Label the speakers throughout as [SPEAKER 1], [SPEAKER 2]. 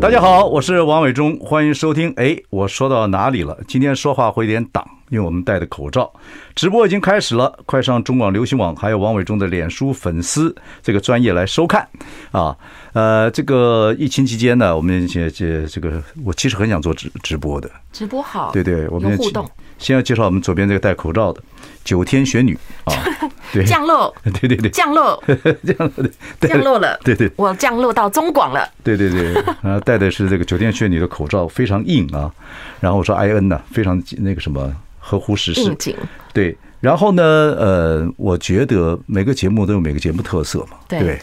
[SPEAKER 1] 大家好，我是王伟忠，欢迎收听。哎，我说到哪里了？今天说话会有点挡，因为我们戴的口罩。直播已经开始了，快上中广流行网还有王伟忠的脸书粉丝这个专业来收看啊。呃，这个疫情期间呢，我们这这这个，我其实很想做直直播的。
[SPEAKER 2] 直播好，
[SPEAKER 1] 对对，我们
[SPEAKER 2] 有互动。
[SPEAKER 1] 先要介绍我们左边这个戴口罩的九天玄女啊，对，
[SPEAKER 2] 降落，
[SPEAKER 1] 对对对，
[SPEAKER 2] 降落，
[SPEAKER 1] 降落 对
[SPEAKER 2] 降落了，
[SPEAKER 1] 对对
[SPEAKER 2] 我降落到中广了，
[SPEAKER 1] 对对 对，然后戴的是这个酒店炫女的口罩，非常硬啊。然后我说 I N 呢、非常那个什么合乎时事
[SPEAKER 2] 应。景。
[SPEAKER 1] 对，然后呢，呃，我觉得每个节目都有每个节目特色嘛，
[SPEAKER 2] 对
[SPEAKER 1] 对。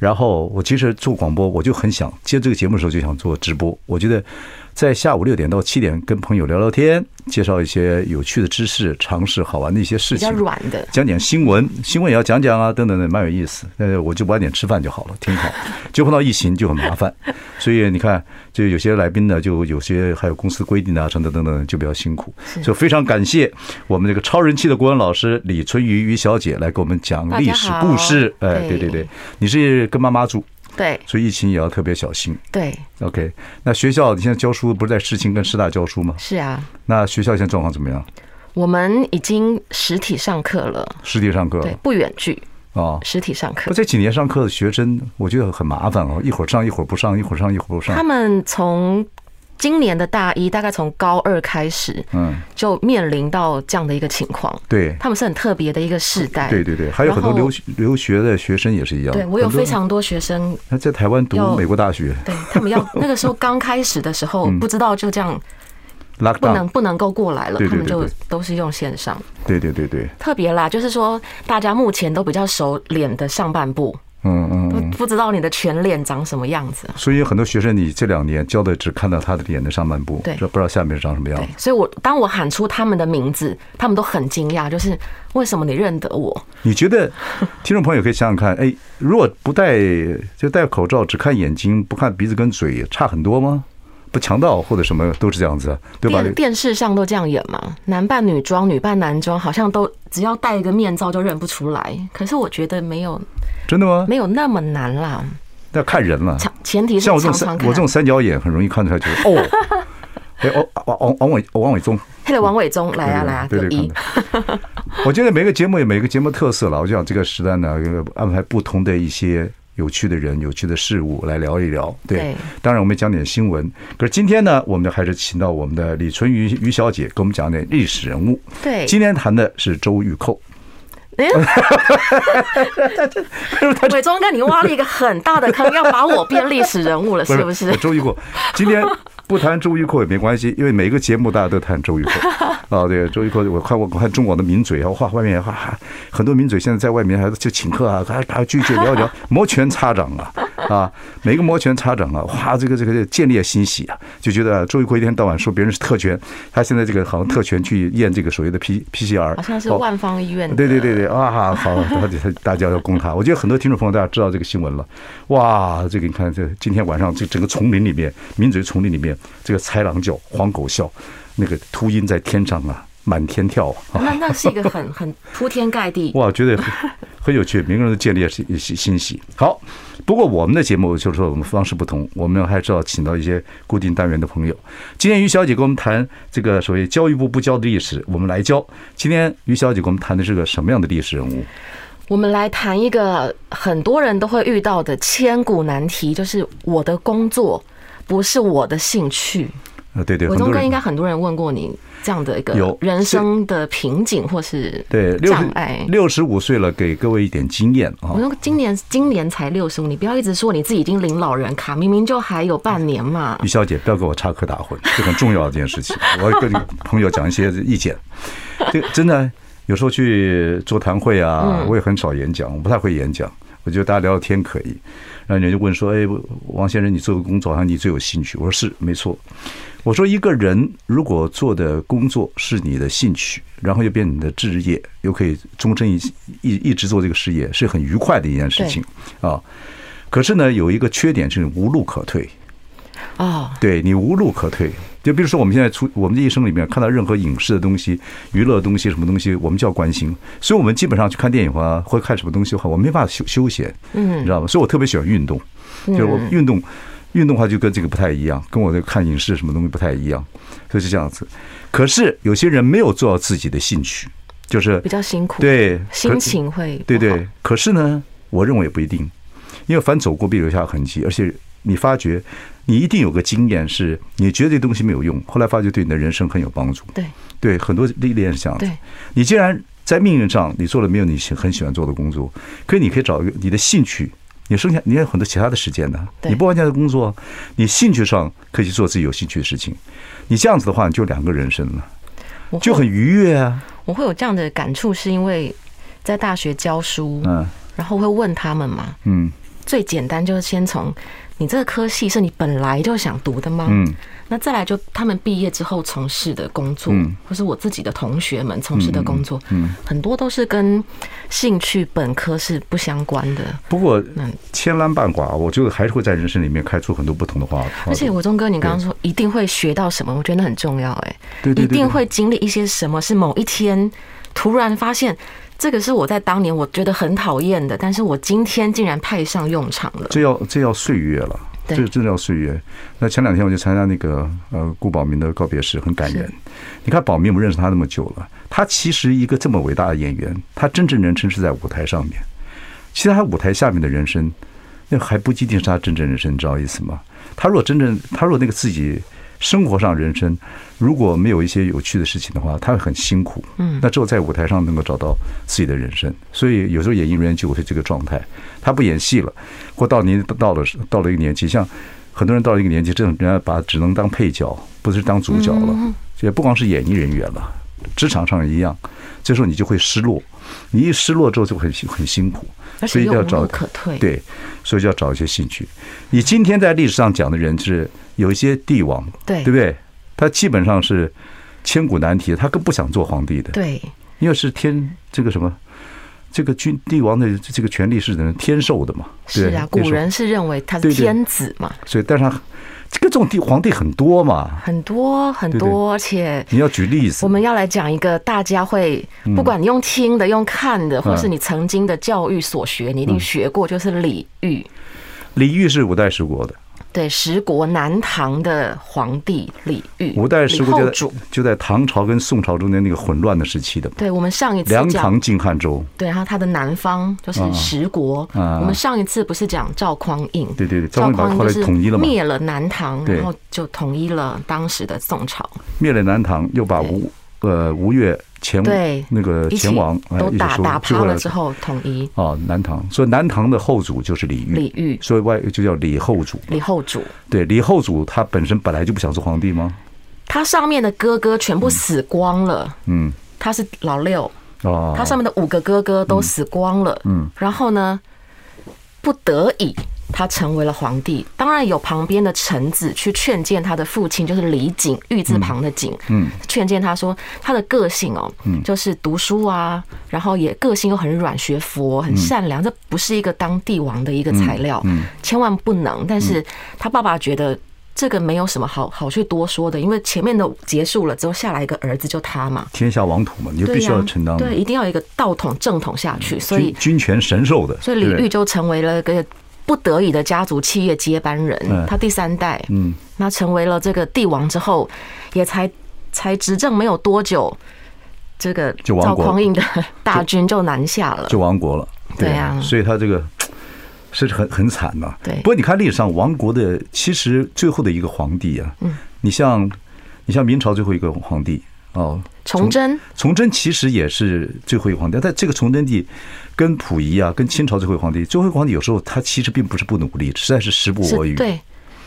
[SPEAKER 1] 然后我其实做广播，我就很想接这个节目的时候就想做直播。我觉得在下午六点到七点跟朋友聊聊天，介绍一些有趣的知识、尝试好玩的一些事
[SPEAKER 2] 比
[SPEAKER 1] 情，
[SPEAKER 2] 较软的
[SPEAKER 1] 讲讲新闻，新闻也要讲讲啊，等等等，蛮有意思。呃，我就晚点吃饭就好了，挺好。 就碰到疫情就很麻烦，所以你看，就有些来宾呢，就有些还有公司规定啊，等等等等，就比较辛苦。所以非常感谢我们这个超人气的国文老师李春雨于小姐来给我们讲历史故事。
[SPEAKER 2] 大家好
[SPEAKER 1] 哎，对对
[SPEAKER 2] 对
[SPEAKER 1] 对，你是跟妈妈住，
[SPEAKER 2] 对
[SPEAKER 1] 所以疫情也要特别小心。
[SPEAKER 2] 对，
[SPEAKER 1] OK，那学校你现在教书不是在市青跟师大教书吗？
[SPEAKER 2] 是啊，
[SPEAKER 1] 那学校现在状况怎么样？
[SPEAKER 2] 我们已经实体上课了，
[SPEAKER 1] 实体上课
[SPEAKER 2] 对，不远距，
[SPEAKER 1] 啊？
[SPEAKER 2] 实体上课
[SPEAKER 1] 哦不，。这几年上课的学生，我觉得很麻烦哦，一会儿上一会儿不上，一会儿上一会儿不
[SPEAKER 2] 他
[SPEAKER 1] 上。
[SPEAKER 2] 们从今年的大一，大概从高二开始，
[SPEAKER 1] 嗯，
[SPEAKER 2] 就面临到这样的一个情况。
[SPEAKER 1] 对，
[SPEAKER 2] 他们是很特别的一个世代，
[SPEAKER 1] 对对对，还有很多
[SPEAKER 2] 然后
[SPEAKER 1] 留学留学的学生也是一样。
[SPEAKER 2] 对我有
[SPEAKER 1] 很多
[SPEAKER 2] 非常多学生
[SPEAKER 1] 他在台湾读
[SPEAKER 2] 有
[SPEAKER 1] 美国大学
[SPEAKER 2] 对 他们要那个时候刚开始的时候，
[SPEAKER 1] 嗯
[SPEAKER 2] 不知道就这样不能
[SPEAKER 1] ，lockdown，
[SPEAKER 2] 不能够过来了，
[SPEAKER 1] 啊对
[SPEAKER 2] 他
[SPEAKER 1] 对
[SPEAKER 2] 们
[SPEAKER 1] 对
[SPEAKER 2] 就
[SPEAKER 1] 对
[SPEAKER 2] 都是用线上。
[SPEAKER 1] 对对对对，
[SPEAKER 2] 特别啦，就是说大家目前都比较熟脸的上半部，
[SPEAKER 1] 嗯嗯
[SPEAKER 2] 不
[SPEAKER 1] 嗯。
[SPEAKER 2] 不知道你的全脸长什么样子。啊
[SPEAKER 1] 所以很多学生，你这两年教的只看到他的脸的上半部，
[SPEAKER 2] 对
[SPEAKER 1] 这不知道下面长什么样
[SPEAKER 2] 对
[SPEAKER 1] 子。，
[SPEAKER 2] 所以我当我喊出他们的名字，他们都很惊讶，就是为什么你认得我？
[SPEAKER 1] 你觉 得，听众朋友可以想想看，哎，如果不戴就戴口罩，只看眼睛，不看鼻子跟嘴，差很多吗？不强盗或者什么都是这样子啊，对吧？
[SPEAKER 2] 电电视上都这样演嘛，男扮女装，女扮男装，好像都只要戴一个面罩就认不出来。可是我觉得没有
[SPEAKER 1] 真的吗？
[SPEAKER 2] 没有那么难啦，
[SPEAKER 1] 那看人了。
[SPEAKER 2] 前前提是
[SPEAKER 1] 像我这
[SPEAKER 2] 常
[SPEAKER 1] 种三
[SPEAKER 2] 常
[SPEAKER 1] 我
[SPEAKER 2] 看
[SPEAKER 1] 这。种嗯三角眼很容易看出来， 就是哦，哎，王王王伟王伟忠，
[SPEAKER 2] 黑了王伟忠，来啊来啊，
[SPEAKER 1] 对
[SPEAKER 2] 有
[SPEAKER 1] 对对
[SPEAKER 2] 一，
[SPEAKER 1] 看的。 我觉得每个节目有每个节目特色了，我就想这个时代呢，安排不同的一些。有趣的人、有趣的事物来聊一聊，对，
[SPEAKER 2] 对
[SPEAKER 1] 当然我们也讲点新闻。可是今天呢，我们还是请到我们的李纯于于小姐，给我们讲点历史人物。
[SPEAKER 2] 对
[SPEAKER 1] 今天谈的是周玉蔻，
[SPEAKER 2] 哎 伟忠哥，你挖了一个很大的坑，要把我变历史 人物了，是不是？
[SPEAKER 1] 呃周玉蔻，今天不谈周玉蔻也没关系，因为每一个节目大家都谈周玉 蔻啊。对，周玉蔻，我看我看中广的名嘴啊，哇，外面哈、啊、很多名嘴现在在外面还就请客啊，还还聚一聚聊一聊， 摩拳擦掌啊啊，每个摩拳擦掌啊，哇，这个这个建立欣喜啊，就觉得周玉蔻一天到晚说别人是特权，他现在这个好像特权去验这个所谓的 P PCR，
[SPEAKER 2] 好像是
[SPEAKER 1] 哦
[SPEAKER 2] 万方医院的。
[SPEAKER 1] 对对对对，啊，好，大家大家要攻他。我觉得很多听众朋友大家知道这个新闻了，哇，这个你看，这今天晚上这整个丛林里面，民族丛林里面，这个豺狼叫、黄狗啸，那个秃鹰在天上啊，满天跳啊，
[SPEAKER 2] 那那是一个很很铺天盖地。
[SPEAKER 1] 哇，觉得很很有趣，每个人都建立了欣欣欣喜。好，不过我们的节目就是说我们方式不同，我们还是要请到一些固定单元的朋友。今天于小姐跟我们谈这个所谓教育部不教的历史，我们来教。今天于小姐跟我们谈的是个什么样的历史人物？
[SPEAKER 2] 我们来谈一个很多人都会遇到的千古难题，就是我的工作不是我的兴趣。
[SPEAKER 1] 啊，对对，
[SPEAKER 2] 伟
[SPEAKER 1] 很
[SPEAKER 2] 忠
[SPEAKER 1] 多
[SPEAKER 2] 哥
[SPEAKER 1] 人
[SPEAKER 2] 应该很多人问过你这样的一
[SPEAKER 1] 有
[SPEAKER 2] 个人生的瓶颈或是
[SPEAKER 1] 对六
[SPEAKER 2] 障
[SPEAKER 1] 十
[SPEAKER 2] 碍。
[SPEAKER 1] 六十五岁了，给各位一点经验啊
[SPEAKER 2] 我。说今年今年才六十五，你不要一直说你自己已经领老人卡，明明就还有半年嘛。
[SPEAKER 1] 于小姐，不要给我插科打诨，这很重要的一件事情。我要跟朋友讲一些意见，这个真的有时候去座谈会啊，我也很少演讲，我不太会演讲。我我觉得大家聊聊天可以。然后人家就问说：“哎，王先生，你做的工作好像你最有兴趣。”我说：“是，没错。”我说：“一个人如果做的工作是你的兴趣，然后又变成你的职业，又可以终身一一一直做这个事业，是很愉快的一件事情啊。可是呢，有一个缺点就是无路可退。”嗯
[SPEAKER 2] 哦，
[SPEAKER 1] 对你无路可退。就比如说，我们现在出我们这一生里面看到任何影视的东西、娱乐的东西、什么东西，我们就要关心。所以，我们基本上去看电影啊，或者看什么东西的话，我没办法休休闲，
[SPEAKER 2] 嗯
[SPEAKER 1] 你知道吗？所以我特别喜欢运动，就是我运动，运动的话就跟这个不太一样，跟我这个看影视什么东西不太一样，所以是这样子。可是有些人没有做到自己的兴趣，就是
[SPEAKER 2] 比较辛苦，，
[SPEAKER 1] 对可
[SPEAKER 2] 心情会不
[SPEAKER 1] 对
[SPEAKER 2] 好
[SPEAKER 1] 对，可是呢，我认为也不一定，因为凡走过必留下痕迹，而且你发觉你一定有个经验，是你觉得这东西没有用，后来发觉对你的人生很有帮助。
[SPEAKER 2] 对
[SPEAKER 1] 对，很多历练是这样子
[SPEAKER 2] 对。
[SPEAKER 1] 你既然在命运上你做了没有你喜很喜欢做的工作，可是你可以找一个你的兴趣。你剩下你还有很多其他的时间呢，
[SPEAKER 2] 对
[SPEAKER 1] 你不完全的工作，你兴趣上可以去做自己有兴趣的事情，你这样子的话，你就两个人生了，
[SPEAKER 2] 我会
[SPEAKER 1] 就很愉悦啊，
[SPEAKER 2] 我会有这样的感触，是因为在大学教书，
[SPEAKER 1] 嗯
[SPEAKER 2] 然后会问他们嘛，
[SPEAKER 1] 嗯
[SPEAKER 2] 最简单就是先从你这个科系是你本来就想读的吗？
[SPEAKER 1] 嗯，
[SPEAKER 2] 那再来就他们毕业之后从事的工作，
[SPEAKER 1] 嗯
[SPEAKER 2] 或是我自己的同学们从事的工作，
[SPEAKER 1] 嗯嗯嗯
[SPEAKER 2] 很多都是跟兴趣本科是不相关的。
[SPEAKER 1] 不过
[SPEAKER 2] 嗯
[SPEAKER 1] 千澜万剐，我觉得还是会在人生里面开出很多不同的花。
[SPEAKER 2] 而且我忠哥，你刚刚说一定会学到什么，我觉得很重要、哎，
[SPEAKER 1] 对对对对
[SPEAKER 2] 一定会经历一些什么，是某一天突然发现。这个是我在当年我觉得很讨厌的，但是我今天竟然派上用场了。
[SPEAKER 1] 这要这要岁月了，
[SPEAKER 2] 对
[SPEAKER 1] 这真的要岁月。那前两天我就参加那个呃顾宝明的告别式，很感人
[SPEAKER 2] 是。
[SPEAKER 1] 你看宝明，我们认识他那么久了，他其实一个这么伟大的演员，他真正人生是在舞台上面，其实他舞台下面的人生，那还不一定是他真正人生，你知道意思吗？他若真正，他若那个自己生活上人生如果没有一些有趣的事情的话，他会很辛苦。嗯，那只有在舞台上能够找到自己的人生。所以有时候演艺人员就会这个状态，他不演戏了，或到年到了到了一个年纪，像很多人到了一个年纪，这种人家把只能当配角，不是当主角了，
[SPEAKER 2] 嗯
[SPEAKER 1] 也不光是演艺人员了，职场上也一样。这时候你就会失落，你一失落之后就很辛很辛苦，
[SPEAKER 2] 而
[SPEAKER 1] 所
[SPEAKER 2] 且
[SPEAKER 1] 以一定
[SPEAKER 2] 又
[SPEAKER 1] 要
[SPEAKER 2] 无
[SPEAKER 1] 找
[SPEAKER 2] 路可退。，
[SPEAKER 1] 对，所以就要找一些兴趣。你今天在历史上讲的人是有一些帝王，
[SPEAKER 2] 对
[SPEAKER 1] 对不对？他基本上是千古难题，他更不想做皇帝的，
[SPEAKER 2] 对，
[SPEAKER 1] 因为是天这个什么，这个君帝王的这个权力是人天授的嘛，对
[SPEAKER 2] 是啊，古人是认为他是
[SPEAKER 1] 对对
[SPEAKER 2] 天子嘛，
[SPEAKER 1] 所以但是他这个这种帝皇帝很多嘛，
[SPEAKER 2] 很多很
[SPEAKER 1] 对
[SPEAKER 2] 多，而且
[SPEAKER 1] 你要举例子
[SPEAKER 2] 我，们要来讲一个大家会，
[SPEAKER 1] 嗯
[SPEAKER 2] 不管你用听的、用看的，或是你曾经的教育所学，你一定
[SPEAKER 1] 嗯
[SPEAKER 2] 学过，就是李煜，
[SPEAKER 1] 李煜是五代十国的，
[SPEAKER 2] 对，十国南唐的皇帝李煜，
[SPEAKER 1] 五代十
[SPEAKER 2] 李
[SPEAKER 1] 国
[SPEAKER 2] 后
[SPEAKER 1] 就
[SPEAKER 2] 主
[SPEAKER 1] 在。就在唐朝跟宋朝中间那个混乱的时期的嘛，
[SPEAKER 2] 对，我们上一次
[SPEAKER 1] 梁
[SPEAKER 2] 讲，
[SPEAKER 1] 唐晋汉周，
[SPEAKER 2] 对，然后他的南方就是十国。
[SPEAKER 1] 啊
[SPEAKER 2] 我们上一次不是讲赵匡胤？
[SPEAKER 1] 对对对赵
[SPEAKER 2] 赵
[SPEAKER 1] 匡胤把
[SPEAKER 2] 匡胤
[SPEAKER 1] 后
[SPEAKER 2] 就
[SPEAKER 1] 来
[SPEAKER 2] 是
[SPEAKER 1] 统一了嘛
[SPEAKER 2] 灭了南唐，
[SPEAKER 1] 对
[SPEAKER 2] 然后就统一了当时的宋朝。
[SPEAKER 1] 灭了南唐，又把吴呃吴越前
[SPEAKER 2] 对
[SPEAKER 1] 那个
[SPEAKER 2] 一起
[SPEAKER 1] 前王哎
[SPEAKER 2] 都
[SPEAKER 1] 一起
[SPEAKER 2] 打
[SPEAKER 1] 收
[SPEAKER 2] 打
[SPEAKER 1] 最
[SPEAKER 2] 趴
[SPEAKER 1] 后来
[SPEAKER 2] 了之后统一
[SPEAKER 1] 啊，南唐，所以南唐的后主就是李煜，
[SPEAKER 2] 李煜
[SPEAKER 1] 所以外就叫李后主。
[SPEAKER 2] 李后主，
[SPEAKER 1] 对，李后主他本身本来就不想做皇帝吗？
[SPEAKER 2] 他上面的哥哥全部死光了，
[SPEAKER 1] 嗯，
[SPEAKER 2] 他是老六，
[SPEAKER 1] 哦，
[SPEAKER 2] 他上面的五个哥哥都死光了，
[SPEAKER 1] 嗯，
[SPEAKER 2] 然后呢，不得已。他成为了皇帝，当然有旁边的臣子去劝谏他的父亲，就是李璟，玉字旁的璟，
[SPEAKER 1] 嗯，
[SPEAKER 2] 劝谏他说他的个性哦，就是读书啊，然后也个性又很软，学佛，很善良，这不是一个当帝王的一个材料，
[SPEAKER 1] 嗯
[SPEAKER 2] 千万不能。但是他爸爸觉得这个没有什么好好去多说的，因为前面的结束了之后，下来一个儿子就他嘛，
[SPEAKER 1] 天下王土嘛，你就
[SPEAKER 2] 对
[SPEAKER 1] 必须
[SPEAKER 2] 呀
[SPEAKER 1] 要承担
[SPEAKER 2] 对，一定要有一个道统正统下去，所以
[SPEAKER 1] 君君权神授的。
[SPEAKER 2] 所以
[SPEAKER 1] 对不对
[SPEAKER 2] 李煜就成为了一个不得已的家族企业接班人，
[SPEAKER 1] 嗯
[SPEAKER 2] 他第三代，
[SPEAKER 1] 嗯，
[SPEAKER 2] 那成为了这个帝王之后，也才才执政没有多久，这个
[SPEAKER 1] 就亡
[SPEAKER 2] 赵
[SPEAKER 1] 国
[SPEAKER 2] 匡胤的大军就南下了，
[SPEAKER 1] 就亡国了。
[SPEAKER 2] 对啊
[SPEAKER 1] 所以他这个是很很惨呐、
[SPEAKER 2] 对
[SPEAKER 1] 不过你看历史上亡国的，其实最后的一个皇帝啊，嗯，你像你像明朝最后一个皇帝哦，
[SPEAKER 2] 崇祯
[SPEAKER 1] 崇祯其实也是最后一个皇帝，但这个崇祯帝跟溥仪啊，跟清朝最后一个皇帝，最后一个皇帝有时候他其实并不是不努力，实在是时不
[SPEAKER 2] 是
[SPEAKER 1] 我与。，
[SPEAKER 2] 对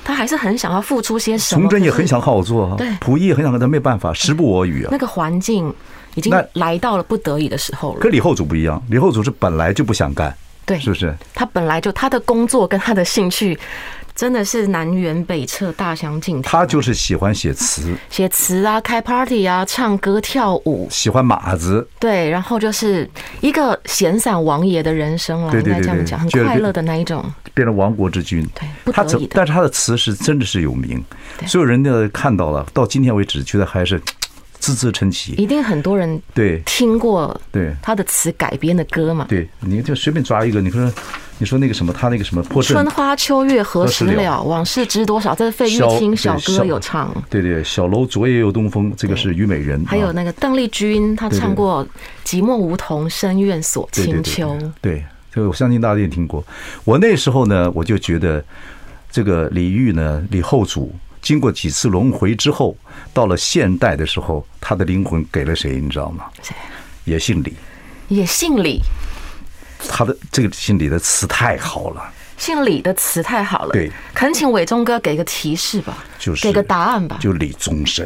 [SPEAKER 2] 他还是很想要付出些什么，
[SPEAKER 1] 崇祯也
[SPEAKER 2] 可是
[SPEAKER 1] 很想好好做啊
[SPEAKER 2] 对，
[SPEAKER 1] 溥仪也很想，但没办法，时不我与啊
[SPEAKER 2] 那。个环境已经
[SPEAKER 1] 那
[SPEAKER 2] 来到了不得已的时候了
[SPEAKER 1] 跟，李后主不一样，李后主是本来就不想干，
[SPEAKER 2] 对
[SPEAKER 1] 是不是？
[SPEAKER 2] 他本来就他的工作跟他的兴趣真的是南辕北辙，大相径庭。
[SPEAKER 1] 他就是喜欢写词，
[SPEAKER 2] 写词啊，开 party 啊，唱歌跳舞，
[SPEAKER 1] 喜欢马子，
[SPEAKER 2] 对，然后就是一个闲散王爷的人生啦，
[SPEAKER 1] 对
[SPEAKER 2] 应
[SPEAKER 1] 对
[SPEAKER 2] 该这
[SPEAKER 1] 对
[SPEAKER 2] 样
[SPEAKER 1] 对
[SPEAKER 2] 讲，很
[SPEAKER 1] 觉得
[SPEAKER 2] 快
[SPEAKER 1] 就
[SPEAKER 2] 乐的那一种。
[SPEAKER 1] 变成亡国之君。
[SPEAKER 2] 对不得
[SPEAKER 1] 他怎
[SPEAKER 2] 已的
[SPEAKER 1] 但是他的词是真的是有名，
[SPEAKER 2] 对
[SPEAKER 1] 所有人的看到了，到今天为止觉得还是啧啧称奇。
[SPEAKER 2] 一定很多人
[SPEAKER 1] 对
[SPEAKER 2] 听过
[SPEAKER 1] 对
[SPEAKER 2] 他的词改编的歌嘛，
[SPEAKER 1] 对，你就随便抓一个，你说你说那个什么，他那个什么破阵
[SPEAKER 2] 春花秋月何时
[SPEAKER 1] 何时
[SPEAKER 2] 了？
[SPEAKER 1] 了
[SPEAKER 2] 往事知多少？这是费玉
[SPEAKER 1] 小
[SPEAKER 2] 清
[SPEAKER 1] 对
[SPEAKER 2] 小
[SPEAKER 1] 小
[SPEAKER 2] 哥有唱，
[SPEAKER 1] 对对，小楼昨夜又东风，这个是虞美人，
[SPEAKER 2] 还有
[SPEAKER 1] 啊
[SPEAKER 2] 那个邓丽君，她
[SPEAKER 1] 对
[SPEAKER 2] 唱过《寂寞梧桐深院锁
[SPEAKER 1] 对对
[SPEAKER 2] 清
[SPEAKER 1] 对
[SPEAKER 2] 秋》。
[SPEAKER 1] 对，对这个我相信大家也听过。我那时候呢，我就觉得这个李煜呢，李后主。经过几次轮回之后，到了现代的时候，他的灵魂给了谁？你知道吗？
[SPEAKER 2] 谁
[SPEAKER 1] 也姓李，
[SPEAKER 2] 也姓李，
[SPEAKER 1] 他的这个姓李的词太好了，
[SPEAKER 2] 姓李的词太好了。
[SPEAKER 1] 对，
[SPEAKER 2] 恳请伟忠哥给个提示吧，
[SPEAKER 1] 就是
[SPEAKER 2] 给个答案吧。
[SPEAKER 1] 就李宗盛。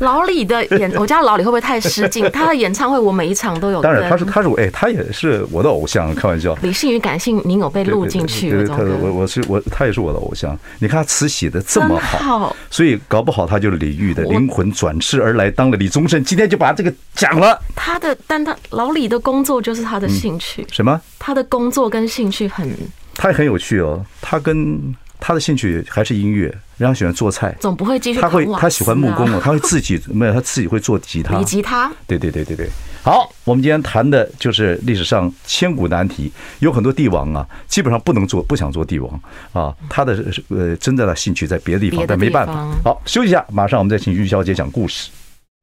[SPEAKER 2] 老李的 演，我家老李会不会太失敬？他的演唱会我每一场都有跟。
[SPEAKER 1] 当然，他是他是我哎，他也是我的偶像，开玩笑。
[SPEAKER 2] 理性与感性，您有被
[SPEAKER 1] 对
[SPEAKER 2] 录
[SPEAKER 1] 对
[SPEAKER 2] 进
[SPEAKER 1] 对
[SPEAKER 2] 去，
[SPEAKER 1] 对
[SPEAKER 2] 伟
[SPEAKER 1] 对
[SPEAKER 2] 忠
[SPEAKER 1] 他我
[SPEAKER 2] 哥。
[SPEAKER 1] 我是我，他也是我的偶像。你看他词写的呃这么
[SPEAKER 2] 真好
[SPEAKER 1] 所以搞不好他就是李煜的
[SPEAKER 2] 我
[SPEAKER 1] 灵魂转世而来，当了李宗盛。今天就把这个讲了，
[SPEAKER 2] 他的，但他老李的工作就是他的兴趣，
[SPEAKER 1] 什么？
[SPEAKER 2] 他的工作跟兴趣很
[SPEAKER 1] 他也很有趣哦，他跟他的兴趣还是音乐，然后喜欢做菜。
[SPEAKER 2] 总不会继续
[SPEAKER 1] 他
[SPEAKER 2] 弹
[SPEAKER 1] 会
[SPEAKER 2] 瓦斯啊。
[SPEAKER 1] 他喜欢木工哦，他会自己没有他自己会做吉他，
[SPEAKER 2] 以及他
[SPEAKER 1] 对对对对对。好，我们今天谈的就是历史上千古难题，有很多帝王啊，基本上不能做，不想做帝王啊，他的呃真正的兴趣在别的地方
[SPEAKER 2] 别，的
[SPEAKER 1] 但没
[SPEAKER 2] 地
[SPEAKER 1] 办法
[SPEAKER 2] 方。
[SPEAKER 1] 好，休息一下，马上我们再请于小姐讲故事。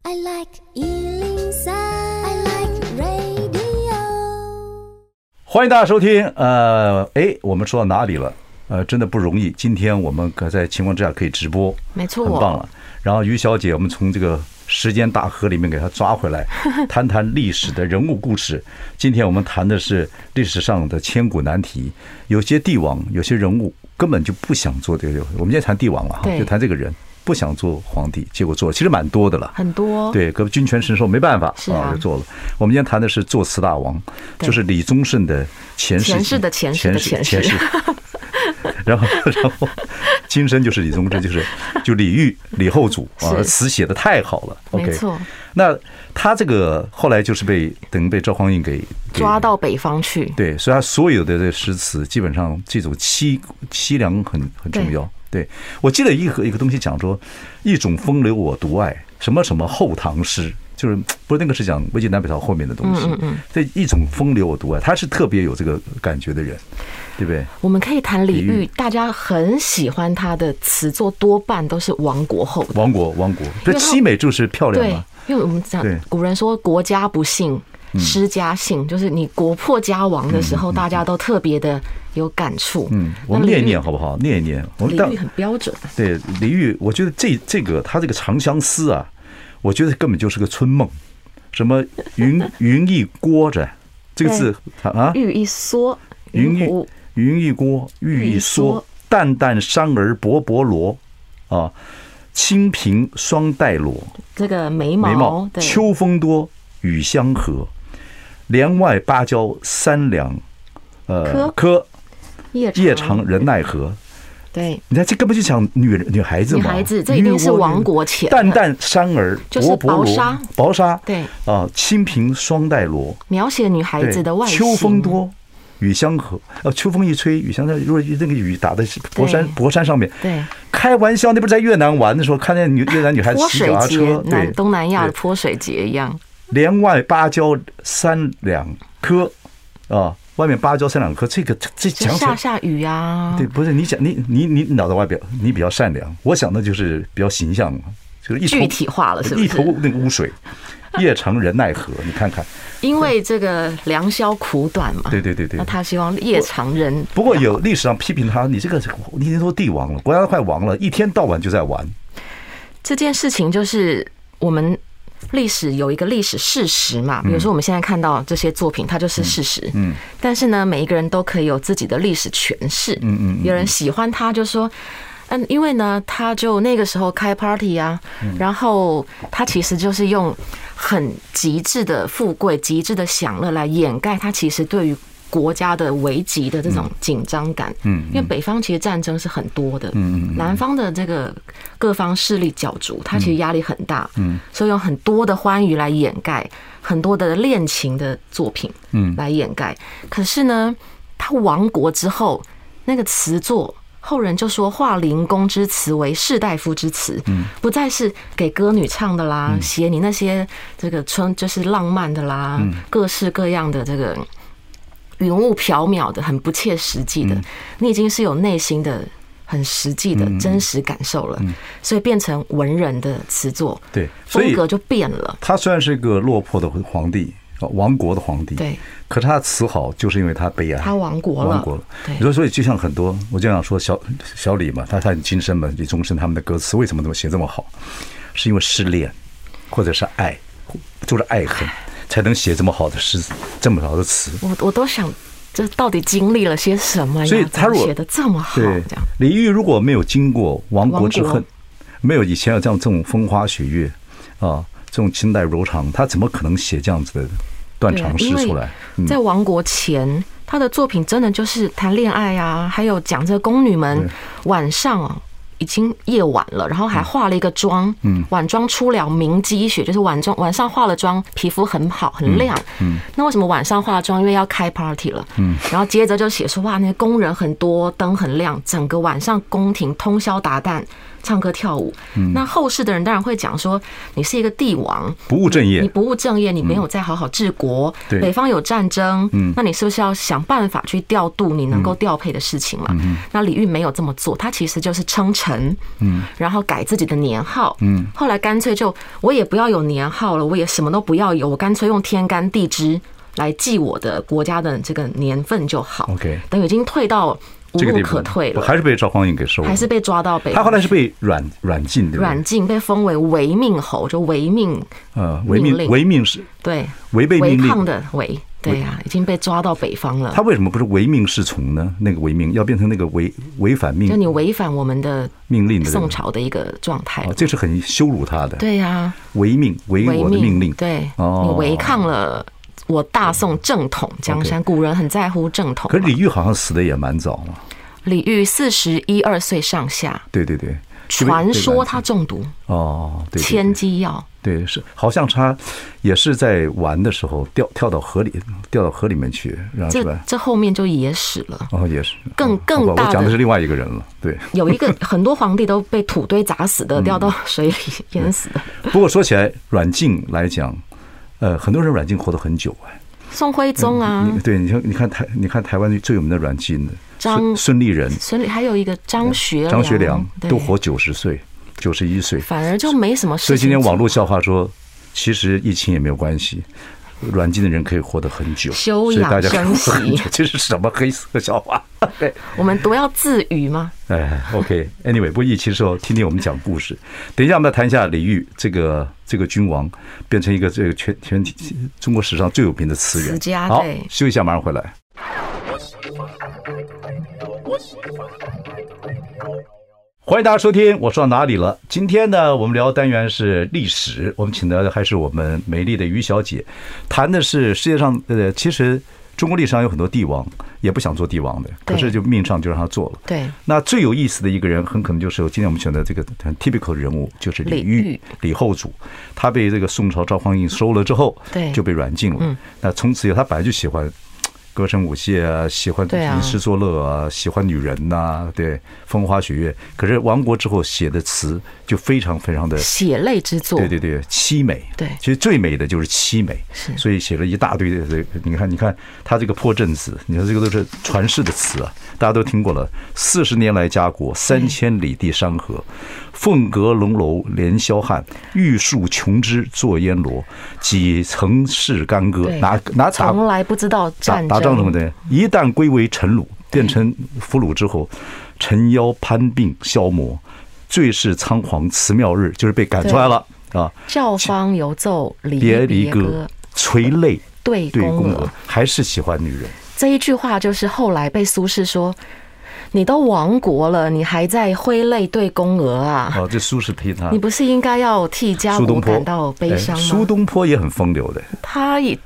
[SPEAKER 3] I like Ealing Sound. I like radio.
[SPEAKER 1] 欢迎大家收听。呃，哎，我们说到哪里了？呃，真的不容易。今天我们可在情况之下可以直播，
[SPEAKER 2] 没错
[SPEAKER 1] 很棒了。然后于小姐，我们从这个时间大河里面给她抓回 来，谈谈历史的人物故事。今天我们谈的是历史上的千古难题，有些帝王，有些人物根本就不想做这个。我们今天谈帝王了哈，
[SPEAKER 2] 对
[SPEAKER 1] 就谈这个人不想做皇帝，结果做了，其实蛮多的了。
[SPEAKER 2] 很多。
[SPEAKER 1] 对，可君权神授没办法
[SPEAKER 2] 是啊
[SPEAKER 1] 就做了。我们今天谈的是作词大王，
[SPEAKER 2] 对
[SPEAKER 1] 就是李宗盛的前世
[SPEAKER 2] 前世的前世的
[SPEAKER 1] 前
[SPEAKER 2] 前世
[SPEAKER 1] 世， 然后 然后今生就是李宗盛，就是就李煜、李后主啊，
[SPEAKER 2] 是
[SPEAKER 1] 词写的太好了。
[SPEAKER 2] 没
[SPEAKER 1] OK，
[SPEAKER 2] 错
[SPEAKER 1] 那他这个后来就是被等于被赵匡胤给给
[SPEAKER 2] 抓到北方去。
[SPEAKER 1] 对，所以他所有的这诗词，基本上这种凄凄凉很很重要。对我记得一个一个东西讲说，一种风流我独爱，什么什么后唐诗，就是不是那个是讲魏晋南北朝后面的东西。
[SPEAKER 2] 嗯嗯
[SPEAKER 1] 这一种风流我独爱，他是特别有这个感觉的人，对不对？
[SPEAKER 2] 我们可以谈李
[SPEAKER 1] 李
[SPEAKER 2] 煜，大家很喜欢他的词作，多半都是亡国后的。
[SPEAKER 1] 亡国亡国，这
[SPEAKER 2] 因为他
[SPEAKER 1] 凄美就是漂亮
[SPEAKER 2] 对
[SPEAKER 1] 嘛。，
[SPEAKER 2] 因为我们讲
[SPEAKER 1] 对嗯
[SPEAKER 2] 古人说国家不幸，诗家幸，就是你国破家亡的时候，大家都特别的有感触。
[SPEAKER 1] 嗯，我
[SPEAKER 2] 那
[SPEAKER 1] 们
[SPEAKER 2] 李
[SPEAKER 1] 念一
[SPEAKER 2] 煜
[SPEAKER 1] 念好不好？念一念。我们
[SPEAKER 2] 李
[SPEAKER 1] 当
[SPEAKER 2] 煜很标准，啊
[SPEAKER 1] 对李煜，我觉得这这个他这个《长相思》啊，我觉得根本就是个春梦，什么云云一锅着，这个字啊，
[SPEAKER 2] 玉一缩，
[SPEAKER 1] 云
[SPEAKER 2] 云
[SPEAKER 1] 一
[SPEAKER 2] 湖
[SPEAKER 1] 云一锅，玉
[SPEAKER 2] 玉
[SPEAKER 1] 一
[SPEAKER 2] 一
[SPEAKER 1] 蓑
[SPEAKER 2] 蓑，
[SPEAKER 1] 淡淡山儿薄薄罗，啊，清平双带裸，
[SPEAKER 2] 这个眉
[SPEAKER 1] 眉
[SPEAKER 2] 毛
[SPEAKER 1] 毛，
[SPEAKER 2] 对，
[SPEAKER 1] 秋风多，雨相和，帘外芭蕉三两，呃，柯
[SPEAKER 2] 夜
[SPEAKER 1] 夜长人奈何。
[SPEAKER 2] 对，
[SPEAKER 1] 你看，这根本就讲女人、女孩子嘛，
[SPEAKER 2] 女孩子这一定是亡国前
[SPEAKER 1] 淡淡山儿，
[SPEAKER 2] 就是
[SPEAKER 1] 薄薄
[SPEAKER 2] 薄
[SPEAKER 1] 罗
[SPEAKER 2] 纱，
[SPEAKER 1] 薄纱，
[SPEAKER 2] 对
[SPEAKER 1] 啊，清平双带罗，
[SPEAKER 2] 描写女孩
[SPEAKER 1] 对
[SPEAKER 2] 子的外形。
[SPEAKER 1] 秋风多，雨相和，呃，秋风一吹，雨相和。如果那个雨打在博山
[SPEAKER 2] 对
[SPEAKER 1] 博山上面，
[SPEAKER 2] 对，
[SPEAKER 1] 开玩笑，那不是在越南玩的时候，看见女越南女孩子
[SPEAKER 2] 泼
[SPEAKER 1] 骑脚
[SPEAKER 2] 水
[SPEAKER 1] 踏
[SPEAKER 2] 节
[SPEAKER 1] 车，，对
[SPEAKER 2] 南，东南亚的
[SPEAKER 1] 对
[SPEAKER 2] 泼水节一样。
[SPEAKER 1] 帘外芭蕉三两颗，啊，外面芭蕉三两颗，这个这这
[SPEAKER 2] 就
[SPEAKER 1] 讲起
[SPEAKER 2] 下
[SPEAKER 1] 来。
[SPEAKER 2] 下雨啊，
[SPEAKER 1] 对，不是你想你你你脑袋外表你比较善良，我想的就是比较形象嘛，就是一头
[SPEAKER 2] 具体化了是不
[SPEAKER 1] 一头
[SPEAKER 2] 是？
[SPEAKER 1] 那个污水，夜长人奈何？你看看，
[SPEAKER 2] 因为这个良宵苦短嘛。
[SPEAKER 1] 对对对对
[SPEAKER 2] 那。他希望夜长人，
[SPEAKER 1] 不过有历史上批评他，你这个你已经说帝王了，国家都快亡了，一天到晚就在玩。
[SPEAKER 2] 这件事情就是我们历史有一个历史事实嘛，比如说我们现在看到这些作品，它就是事实。
[SPEAKER 1] 嗯，
[SPEAKER 2] 但是呢，每一个人都可以有自己的历史诠释。
[SPEAKER 1] 嗯嗯嗯
[SPEAKER 2] 有人喜欢它，就说。嗯，因为呢，他就那个时候开 party 啊，
[SPEAKER 1] 嗯
[SPEAKER 2] 然后他其实就是用很极致的富贵、极致的享乐来掩盖他其实对于国家的危急的这种紧张感。
[SPEAKER 1] 嗯
[SPEAKER 2] 因为北方其实战争是很多的，
[SPEAKER 1] 嗯嗯
[SPEAKER 2] 南方的这个各方势力角逐，他其实压力很大，嗯，所以用很多的欢愉来掩盖，很多的恋情的作品，
[SPEAKER 1] 嗯
[SPEAKER 2] 来掩盖。可是呢，他亡国之后，那个词作。后人就说“化灵公之词为士大夫之词”，
[SPEAKER 1] 嗯
[SPEAKER 2] 不再是给歌女唱的啦，写你那些这个春就是浪漫的啦，
[SPEAKER 1] 嗯
[SPEAKER 2] 各式各样的这个云雾缥缈的、很不切实际
[SPEAKER 1] 嗯
[SPEAKER 2] 的，你已经是有内心的、很实际的真实感受了，所以变成文人的词作，
[SPEAKER 1] 嗯对所以
[SPEAKER 2] 风格就变了。
[SPEAKER 1] 他虽然是个落魄的皇帝，呃亡国的皇帝，
[SPEAKER 2] 对，
[SPEAKER 1] 可是他词好，就是因为他悲哀，
[SPEAKER 2] 他亡国了
[SPEAKER 1] 亡国了。
[SPEAKER 2] 对
[SPEAKER 1] 你说，所以就像很多，我就想说小小李嘛，他他很金生嘛，李宗盛他们的歌词为什么这么写这么好，是因为失恋，或者是爱，就是爱恨，才能写这么好的诗，这么好的词。
[SPEAKER 2] 我我都想，这到底经历了些什么呀？
[SPEAKER 1] 所以他
[SPEAKER 2] 怎么
[SPEAKER 1] 如果
[SPEAKER 2] 写的这么好，
[SPEAKER 1] 对
[SPEAKER 2] 这样，
[SPEAKER 1] 李煜如果没有经过亡国之
[SPEAKER 2] 亡
[SPEAKER 1] 恨
[SPEAKER 2] 国，
[SPEAKER 1] 没有以前有这样这种风花雪月啊，这种清代柔肠，他怎么可能写这样子的断
[SPEAKER 2] 对啊
[SPEAKER 1] 肠诗
[SPEAKER 2] 因为
[SPEAKER 1] 出来？
[SPEAKER 2] 在亡国前，他的作品真的就是谈恋爱啊，还有讲这个宫女们晚上哦。已经夜晚了，然后还化了一个妆，嗯，晚妆初了明积雪，就是晚妆晚上化了妆，皮肤很好很亮，嗯，那为什么晚上化妆？因为要开 party 了，嗯，然后接着就写说哇，那工人很多，灯很亮，整个晚上宫廷通宵达旦，唱歌跳舞，嗯，那后世的人当然会讲说你是一个帝王，
[SPEAKER 1] 不务正业嗯
[SPEAKER 2] 你不务正业，你没有再好好治国。
[SPEAKER 1] 对嗯
[SPEAKER 2] 北方有战争，那你是不是要想办法去调度你能够调配的事情
[SPEAKER 1] 嗯
[SPEAKER 2] 嘛？那李煜没有这么做，他其实就是称臣，
[SPEAKER 1] 嗯
[SPEAKER 2] 然后改自己的年号，后来干脆就我也不要有年号了，我也什么都不要有，我干脆用天干地支来记我的国家的这个年份就好。
[SPEAKER 1] OK
[SPEAKER 2] 等于已经退到无
[SPEAKER 1] 这个
[SPEAKER 2] 路
[SPEAKER 1] 地步
[SPEAKER 2] 可退了，
[SPEAKER 1] 还是被赵匡胤给收了。
[SPEAKER 2] 还是被抓到北
[SPEAKER 1] 他。后来是被软软禁，对不对？
[SPEAKER 2] 软禁被封为违命侯，就违命
[SPEAKER 1] 呃，违
[SPEAKER 2] 命
[SPEAKER 1] 命
[SPEAKER 2] 令
[SPEAKER 1] 违命是
[SPEAKER 2] 对，
[SPEAKER 1] 违背
[SPEAKER 2] 违
[SPEAKER 1] 命
[SPEAKER 2] 抗
[SPEAKER 1] 令。
[SPEAKER 2] 的违，对呀、已经被抓到北方了
[SPEAKER 1] 他。为什么不是唯命是从呢？那个违命要变成那个违违反
[SPEAKER 2] 就你
[SPEAKER 1] 命
[SPEAKER 2] 违反我们的
[SPEAKER 1] 命令的人
[SPEAKER 2] 宋朝的一个状态
[SPEAKER 1] 啊，，这是很羞辱他的。
[SPEAKER 2] 对呀、
[SPEAKER 1] 违命违
[SPEAKER 2] 违
[SPEAKER 1] 我的命令。
[SPEAKER 2] 对，
[SPEAKER 1] 哦
[SPEAKER 2] 你违抗了我大宋正统江山，古人很在乎正统
[SPEAKER 1] 可
[SPEAKER 2] 嘛。
[SPEAKER 1] 是李煜好像死的也蛮早嘛。
[SPEAKER 2] 李煜四十一二岁上下，
[SPEAKER 1] 对对对，就被
[SPEAKER 2] 传说他
[SPEAKER 1] 被
[SPEAKER 2] 中毒
[SPEAKER 1] 软禁哦，对，对对
[SPEAKER 2] 千机药，
[SPEAKER 1] 对是，好像他也是在玩的时候掉跳到河里，掉到河里面去，然后
[SPEAKER 2] 这
[SPEAKER 1] 是吧？
[SPEAKER 2] 这后面就野史了。
[SPEAKER 1] 哦，也是
[SPEAKER 2] 更
[SPEAKER 1] 哦
[SPEAKER 2] 更
[SPEAKER 1] 好吧
[SPEAKER 2] 大
[SPEAKER 1] 我讲的
[SPEAKER 2] 的
[SPEAKER 1] 是另外一个人了，对。
[SPEAKER 2] 有一个很多皇帝都被土堆砸死
[SPEAKER 1] 嗯
[SPEAKER 2] 的，掉到水里淹死的。
[SPEAKER 1] 不过说起来，软禁来讲，呃，很多人软禁活得很久哎。
[SPEAKER 2] 宋徽宗啊，
[SPEAKER 1] 嗯你对，你看，你看台，你看台湾最有名的软禁的
[SPEAKER 2] 张
[SPEAKER 1] 孙孙立人、
[SPEAKER 2] 孙俪还有一个张学
[SPEAKER 1] 张学良
[SPEAKER 2] 对
[SPEAKER 1] 都活九十岁、九十一岁，
[SPEAKER 2] 反而就没什么事情。
[SPEAKER 1] 所以今天网络笑话说，其实疫情也没有关系。软禁的人可以活得很久，
[SPEAKER 2] 休
[SPEAKER 1] 所以
[SPEAKER 2] 养
[SPEAKER 1] 大家可以活
[SPEAKER 2] 生
[SPEAKER 1] 得很
[SPEAKER 2] 息
[SPEAKER 1] 久这是什么黑色笑话？对，
[SPEAKER 2] 我们都要自娱吗？
[SPEAKER 1] 哎，OK，Anyway，、不过疫情的时候听听我们讲故事。等一下，我们来谈一下李煜这个这个君王，变成一个这个全全体中国史上最有名的词人。
[SPEAKER 2] 词家
[SPEAKER 1] 好
[SPEAKER 2] 对，
[SPEAKER 1] 休息一下，马上回来。欢迎大家收听，我说到哪里了？今天呢，我们聊的单元是历史，我们请的还是我们美丽的于小姐，谈的是世界上呃，其实中国历史上有很多帝王也不想做帝王的，可是
[SPEAKER 2] 对
[SPEAKER 1] 就命上就让他做了。
[SPEAKER 2] 对，
[SPEAKER 1] 那最有意思的一个人，很可能就是今天我们选的这个很 typical 人物，就是李
[SPEAKER 2] 李
[SPEAKER 1] 煜
[SPEAKER 2] 煜、
[SPEAKER 1] 李后主。他被这个宋朝赵匡胤收了之后，
[SPEAKER 2] 对
[SPEAKER 1] 就被软禁了
[SPEAKER 2] 嗯。
[SPEAKER 1] 那从此以后，他本来就喜欢歌声舞榭啊，喜欢
[SPEAKER 2] 对啊
[SPEAKER 1] 吟诗作乐啊，喜欢女人呐、对，风花雪月。可是亡国之后写的词就非常非常的
[SPEAKER 2] 血泪之作，
[SPEAKER 1] 对对对，凄美。
[SPEAKER 2] 对
[SPEAKER 1] 其实最美的就是凄美。
[SPEAKER 2] 是
[SPEAKER 1] 所以写了一大堆的这，你看，你看他这个破阵子，你看这个都是传世的词啊，大家都听过了。四十年来家
[SPEAKER 2] 嗯
[SPEAKER 1] 国，三千里地山河，凤阁龙楼连霄汉，玉树琼枝作烟萝，几曾是干戈？
[SPEAKER 2] 对
[SPEAKER 1] 拿拿打
[SPEAKER 2] 从来不知道
[SPEAKER 1] 打
[SPEAKER 2] 战嗯
[SPEAKER 1] 打仗什么的，一旦归为臣虏，变成俘虏之后，臣妖攀病消磨，最是仓皇辞庙日，就是被赶出来了啊！
[SPEAKER 2] 教坊游奏离
[SPEAKER 1] 别离
[SPEAKER 2] 离
[SPEAKER 1] 歌，垂泪
[SPEAKER 2] 对
[SPEAKER 1] 对
[SPEAKER 2] 宫
[SPEAKER 1] 宫娥
[SPEAKER 2] 娥，
[SPEAKER 1] 还是喜欢女人。
[SPEAKER 2] 这一句话，就是后来被苏轼说。你都亡国了，你还在挥泪对宫娥啊？
[SPEAKER 1] 哦，这苏轼替他
[SPEAKER 2] 你，不是应该要替家
[SPEAKER 1] 苏
[SPEAKER 2] 国
[SPEAKER 1] 东坡
[SPEAKER 2] 感到悲
[SPEAKER 1] 哎
[SPEAKER 2] 伤吗？
[SPEAKER 1] 苏东啊坡也很风流的，
[SPEAKER 2] 他也，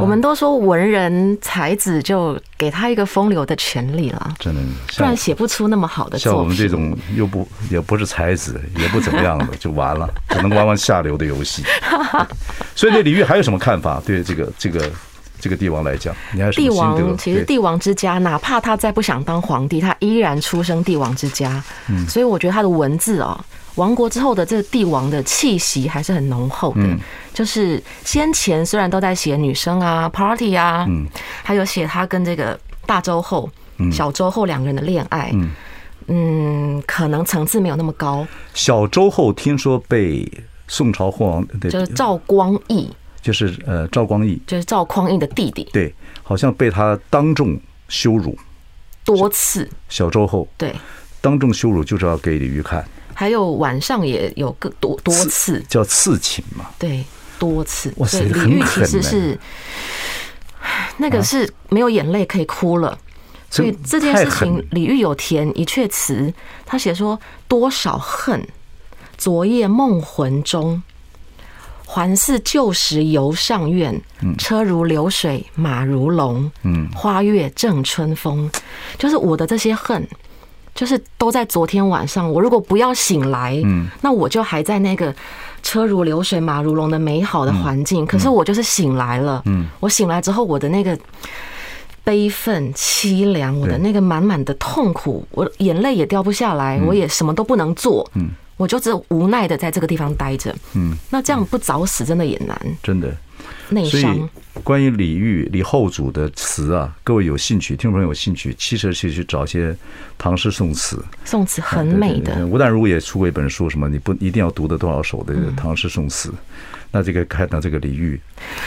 [SPEAKER 2] 我们都说文人才子，就给他一个风流的权利了，
[SPEAKER 1] 真的。
[SPEAKER 2] 不
[SPEAKER 1] 像
[SPEAKER 2] 然写不出那么好的
[SPEAKER 1] 像
[SPEAKER 2] 作
[SPEAKER 1] 我们
[SPEAKER 2] 品。
[SPEAKER 1] 这种又不也不是才子，也不怎么 样的，就完了，只能玩玩下流的游戏。 所以对李煜还有什么看法？对这个这个这个帝王来讲，你还有什
[SPEAKER 2] 帝
[SPEAKER 1] 么心得？
[SPEAKER 2] 王其实
[SPEAKER 1] 对
[SPEAKER 2] 帝王之家，哪怕他再不想当皇帝，他依然出生帝王之家。
[SPEAKER 1] 嗯
[SPEAKER 2] 所以我觉得他的文字哦，亡国之后的这个帝王的气息还是很浓厚的。
[SPEAKER 1] 嗯
[SPEAKER 2] 就是先前虽然都在写女生啊、party 啊，
[SPEAKER 1] 嗯
[SPEAKER 2] 还有写他跟这个大周后、小周后两个人的恋爱，嗯，可能层次没有那么高。
[SPEAKER 1] 小周后听说被宋朝霍王，对
[SPEAKER 2] 就是赵光义，
[SPEAKER 1] 就是呃赵光义，
[SPEAKER 2] 就是赵匡胤的弟弟，
[SPEAKER 1] 对，好像被他当众羞辱。
[SPEAKER 2] 多次
[SPEAKER 1] 小周后
[SPEAKER 2] 对，
[SPEAKER 1] 当众羞辱就是要给李煜看，
[SPEAKER 2] 还有晚上也有更多多次，
[SPEAKER 1] 叫刺秦嘛。
[SPEAKER 2] 对，多次。
[SPEAKER 1] 哇塞
[SPEAKER 2] 所以
[SPEAKER 1] 很
[SPEAKER 2] 李
[SPEAKER 1] 狠欸
[SPEAKER 2] 煜其
[SPEAKER 1] 啊
[SPEAKER 2] 实
[SPEAKER 1] 呢
[SPEAKER 2] 是那个是没有眼泪可以哭了。所以这件
[SPEAKER 1] 太
[SPEAKER 2] 事
[SPEAKER 1] 狠了
[SPEAKER 2] 情，李煜有填一阙词，他写说：“多少恨，昨夜梦魂中，还似旧时游上苑。
[SPEAKER 1] 嗯
[SPEAKER 2] 车如流水，马如龙，花月正春风。”就是我的这些恨，就是都在昨天晚上。我如果不要醒来，
[SPEAKER 1] 嗯
[SPEAKER 2] 那我就还在那个车如流水马如龙的美好的
[SPEAKER 1] 嗯
[SPEAKER 2] 环境。可是我就是醒来了，我醒来之后，我的那个悲愤、凄凉，我的那个满满的痛苦，我眼泪也掉不下来，
[SPEAKER 1] 嗯
[SPEAKER 2] 我也什么都不能做，我就只有无奈的在这个地方待着。
[SPEAKER 1] 嗯，
[SPEAKER 2] 那这样不早死真的也难，
[SPEAKER 1] 真的。
[SPEAKER 2] 内
[SPEAKER 1] 所以
[SPEAKER 2] 伤。
[SPEAKER 1] 关于李煜、李后主的词啊，各位有兴趣，听众朋友有兴趣，其实去去找一些唐诗宋词，
[SPEAKER 2] 宋词很美
[SPEAKER 1] 对对对
[SPEAKER 2] 的，
[SPEAKER 1] 吴淡如也出过一本书，什么你不一定要读的多少首的
[SPEAKER 2] 嗯
[SPEAKER 1] 唐诗宋词。那这个看到这个李煜，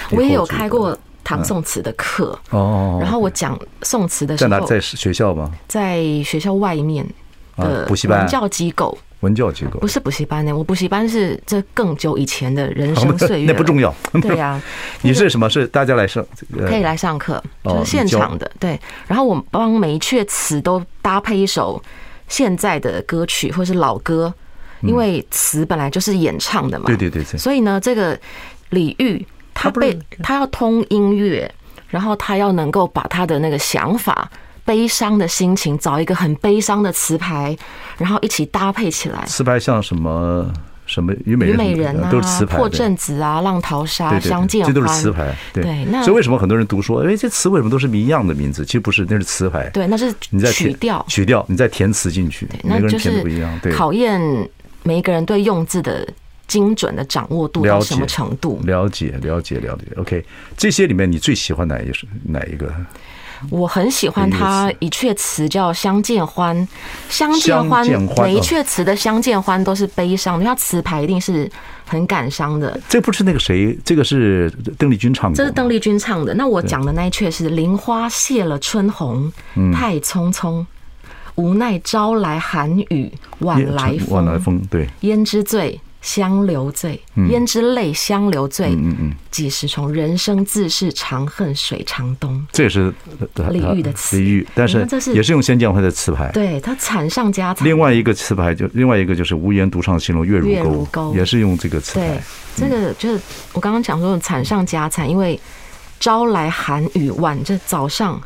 [SPEAKER 2] 我也有
[SPEAKER 1] 李后主的
[SPEAKER 2] 开过唐宋词的课。
[SPEAKER 1] 哦哦，哦
[SPEAKER 2] 然后我讲宋词的时
[SPEAKER 1] 在哪
[SPEAKER 2] 候，
[SPEAKER 1] 在学校吗？
[SPEAKER 2] 在学校外面
[SPEAKER 1] 啊
[SPEAKER 2] 的
[SPEAKER 1] 补习班
[SPEAKER 2] 文教机构，
[SPEAKER 1] 文教机构
[SPEAKER 2] 不是补习班呢、我补习班是这更久以前的人生岁月
[SPEAKER 1] 哦 那不重
[SPEAKER 2] 要。
[SPEAKER 1] 要。
[SPEAKER 2] 对呀、
[SPEAKER 1] 你是什么？是大家来上？呃可
[SPEAKER 2] 可以来上课，
[SPEAKER 1] 哦
[SPEAKER 2] 就是现场的。对，然后我帮每一阙词都搭配一首现在的歌曲或是老歌，因为词本来就是演唱的嘛。
[SPEAKER 1] 嗯对对对对，
[SPEAKER 2] 所以呢，这个李煜他被他要通音乐，然后他要能够把他的那个想法、悲伤的心情，找一个很悲伤的词牌，然后一起搭配起来。
[SPEAKER 1] 词牌像什么什么虞美
[SPEAKER 2] 虞
[SPEAKER 1] 人
[SPEAKER 2] 美人啊
[SPEAKER 1] 都是词，牌，
[SPEAKER 2] 破
[SPEAKER 1] 对
[SPEAKER 2] 阵子啊，浪淘沙，
[SPEAKER 1] 对对
[SPEAKER 2] 相
[SPEAKER 1] 对，
[SPEAKER 2] 见
[SPEAKER 1] 这都是
[SPEAKER 2] 欢
[SPEAKER 1] 词牌。
[SPEAKER 2] 对那
[SPEAKER 1] 所以为什么很多人读说，哎，这词为什么都是谜样的名字？其实不是，那是词牌。
[SPEAKER 2] 对，那是
[SPEAKER 1] 你在
[SPEAKER 2] 曲调，
[SPEAKER 1] 曲调，你再填词进去，每
[SPEAKER 2] 那
[SPEAKER 1] 个人
[SPEAKER 2] 就
[SPEAKER 1] 填
[SPEAKER 2] 是
[SPEAKER 1] 的不一样。对，
[SPEAKER 2] 考验每一个人对用字的精准的掌握度
[SPEAKER 1] 了
[SPEAKER 2] 到
[SPEAKER 1] 解
[SPEAKER 2] 什么程度。
[SPEAKER 1] 了解，了解，了解。OK，这些里面你最喜欢哪一首哪一个？
[SPEAKER 2] 我很喜欢他一阙词叫《相见欢》，《相见欢
[SPEAKER 1] 相见》欢哦
[SPEAKER 2] 每一阙词的《相见欢》都是悲伤的，因为它词牌一定是很感伤的。
[SPEAKER 1] 这不是那个谁，这个是邓丽君唱的。
[SPEAKER 2] 这是邓丽君唱的，那我讲的那一阙是“菱花谢了春红，
[SPEAKER 1] 嗯
[SPEAKER 2] 太匆匆，无奈朝来寒雨晚
[SPEAKER 1] 夜
[SPEAKER 2] 来
[SPEAKER 1] 晚来
[SPEAKER 2] 风，
[SPEAKER 1] 风，对，
[SPEAKER 2] 胭脂醉，香留醉，
[SPEAKER 1] 嗯
[SPEAKER 2] 胭脂泪，香留醉，几时从人生自是长恨水长东。”
[SPEAKER 1] 这也是
[SPEAKER 2] 李煜的词
[SPEAKER 1] 李煜，但是
[SPEAKER 2] 那这是
[SPEAKER 1] 也是用《仙剑会》的词牌。
[SPEAKER 2] 对，它惨上加惨。
[SPEAKER 1] 另外一个词牌就另外一个就是“无言独唱新楼月
[SPEAKER 2] 月
[SPEAKER 1] 如
[SPEAKER 2] 如
[SPEAKER 1] 钩”，
[SPEAKER 2] 钩
[SPEAKER 1] 也是用这个词
[SPEAKER 2] 对
[SPEAKER 1] 牌。，
[SPEAKER 2] 这个就是我刚刚讲说惨上加惨，因为朝来寒雨晚，这早上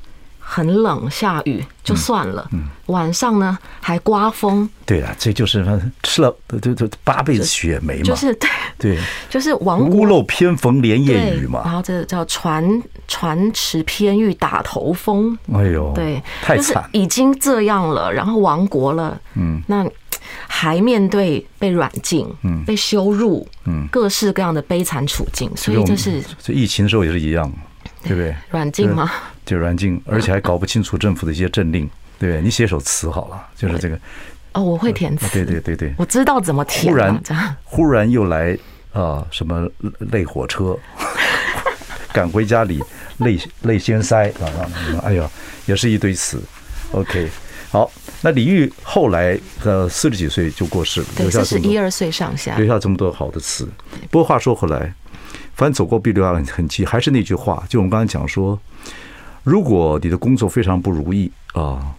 [SPEAKER 2] 很冷下雨就算了，
[SPEAKER 1] 嗯
[SPEAKER 2] 晚上呢还刮风，
[SPEAKER 1] 对啊，这就是吃了就就八辈子血梅
[SPEAKER 2] 就
[SPEAKER 1] 嘛，
[SPEAKER 2] 是对，
[SPEAKER 1] 对，
[SPEAKER 2] 就是亡
[SPEAKER 1] 屋
[SPEAKER 2] 国
[SPEAKER 1] 漏偏逢连夜
[SPEAKER 2] 对
[SPEAKER 1] 雨
[SPEAKER 2] 然
[SPEAKER 1] 嘛。
[SPEAKER 2] 后这个叫船船迟偏遇打头风，
[SPEAKER 1] 哎呦，
[SPEAKER 2] 对，
[SPEAKER 1] 太
[SPEAKER 2] 就是
[SPEAKER 1] 惨了。
[SPEAKER 2] 已经这样了，然后亡国了，嗯，那还面对被软禁，嗯，被羞辱，嗯，各式各样的悲惨处境，所以这是
[SPEAKER 1] 这疫情的时候也是一样，对不对？
[SPEAKER 2] 软禁吗？
[SPEAKER 1] 就软禁，而且还搞不清楚政府的一些政令，对不对？你写首词好了，就是这个，
[SPEAKER 2] 哦，我会填词，
[SPEAKER 1] 啊对对对对。
[SPEAKER 2] 我知道怎么填
[SPEAKER 1] 忽
[SPEAKER 2] 了、
[SPEAKER 1] 然
[SPEAKER 2] 这样
[SPEAKER 1] 忽然又来啊、什么累火车， 赶回家里累累先塞啊啊！哎呀，也是一堆词。OK，好，那李煜后来呃四十几岁就过世了，
[SPEAKER 2] 对，
[SPEAKER 1] 留下这
[SPEAKER 2] 四十
[SPEAKER 1] 么
[SPEAKER 2] 一
[SPEAKER 1] 多
[SPEAKER 2] 二岁上下
[SPEAKER 1] 留，下这么多好的词。不过话说回来，反正走过必留下痕迹，还是那句话，就我们刚才讲说，如果你的工作非常不如意啊、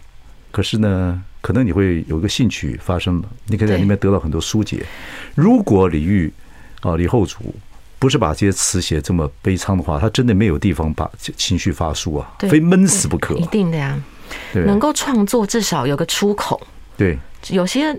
[SPEAKER 1] 可是呢，可能你会有一个兴趣发生了，你可以在里面得到很多疏解。如果李煜啊，李后主不是把这些词写这么悲伤的话，他真的没有地方把情绪发抒啊，
[SPEAKER 2] 对
[SPEAKER 1] 非闷死不可啊
[SPEAKER 2] 一。定的呀。
[SPEAKER 1] 对
[SPEAKER 2] 能够创作，至少有个出口。
[SPEAKER 1] 对，
[SPEAKER 2] 有些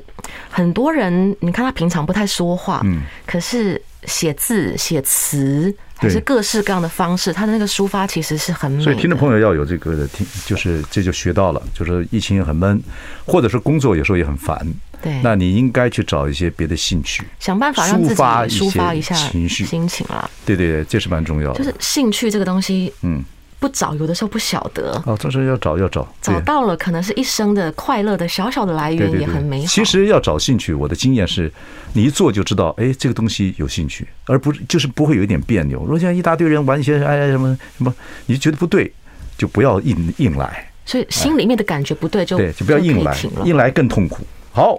[SPEAKER 2] 很多人，你看他平常不太说话，
[SPEAKER 1] 嗯，
[SPEAKER 2] 可是写字、写词，还
[SPEAKER 1] 对
[SPEAKER 2] 是各式各样的方式，他的那个抒发其实是很美的。
[SPEAKER 1] 所以听众朋友要有这个的听，就是这就学到了，就是疫情也很闷，或者是工作有时候也很烦。
[SPEAKER 2] 对
[SPEAKER 1] 那你应该去找一些别的兴趣。
[SPEAKER 2] 想办法让自
[SPEAKER 1] 抒
[SPEAKER 2] 己
[SPEAKER 1] 发一些
[SPEAKER 2] 抒发一下
[SPEAKER 1] 情绪
[SPEAKER 2] 心情啦。
[SPEAKER 1] 对对对，这是蛮重要的。
[SPEAKER 2] 就是兴趣这个东西，
[SPEAKER 1] 嗯，
[SPEAKER 2] 不找有的时候不晓得，
[SPEAKER 1] 哦，这是要找要找，对
[SPEAKER 2] 找到了可能是一生的快乐的小小的来
[SPEAKER 1] 对
[SPEAKER 2] 源，
[SPEAKER 1] 对
[SPEAKER 2] 也
[SPEAKER 1] 对
[SPEAKER 2] 很美好。
[SPEAKER 1] 其实要找兴趣，我的经验是，你一做就知道，哎，这个东西有兴趣，而不是就是不会有一点别扭。如果像一大堆人玩一些哎什么什么，你觉得不对，就不要硬硬来，
[SPEAKER 2] 所以心里面的感觉不对就，
[SPEAKER 1] 对，就不要
[SPEAKER 2] 可以
[SPEAKER 1] 硬来
[SPEAKER 2] 停，哦了
[SPEAKER 1] 硬来更痛苦。好，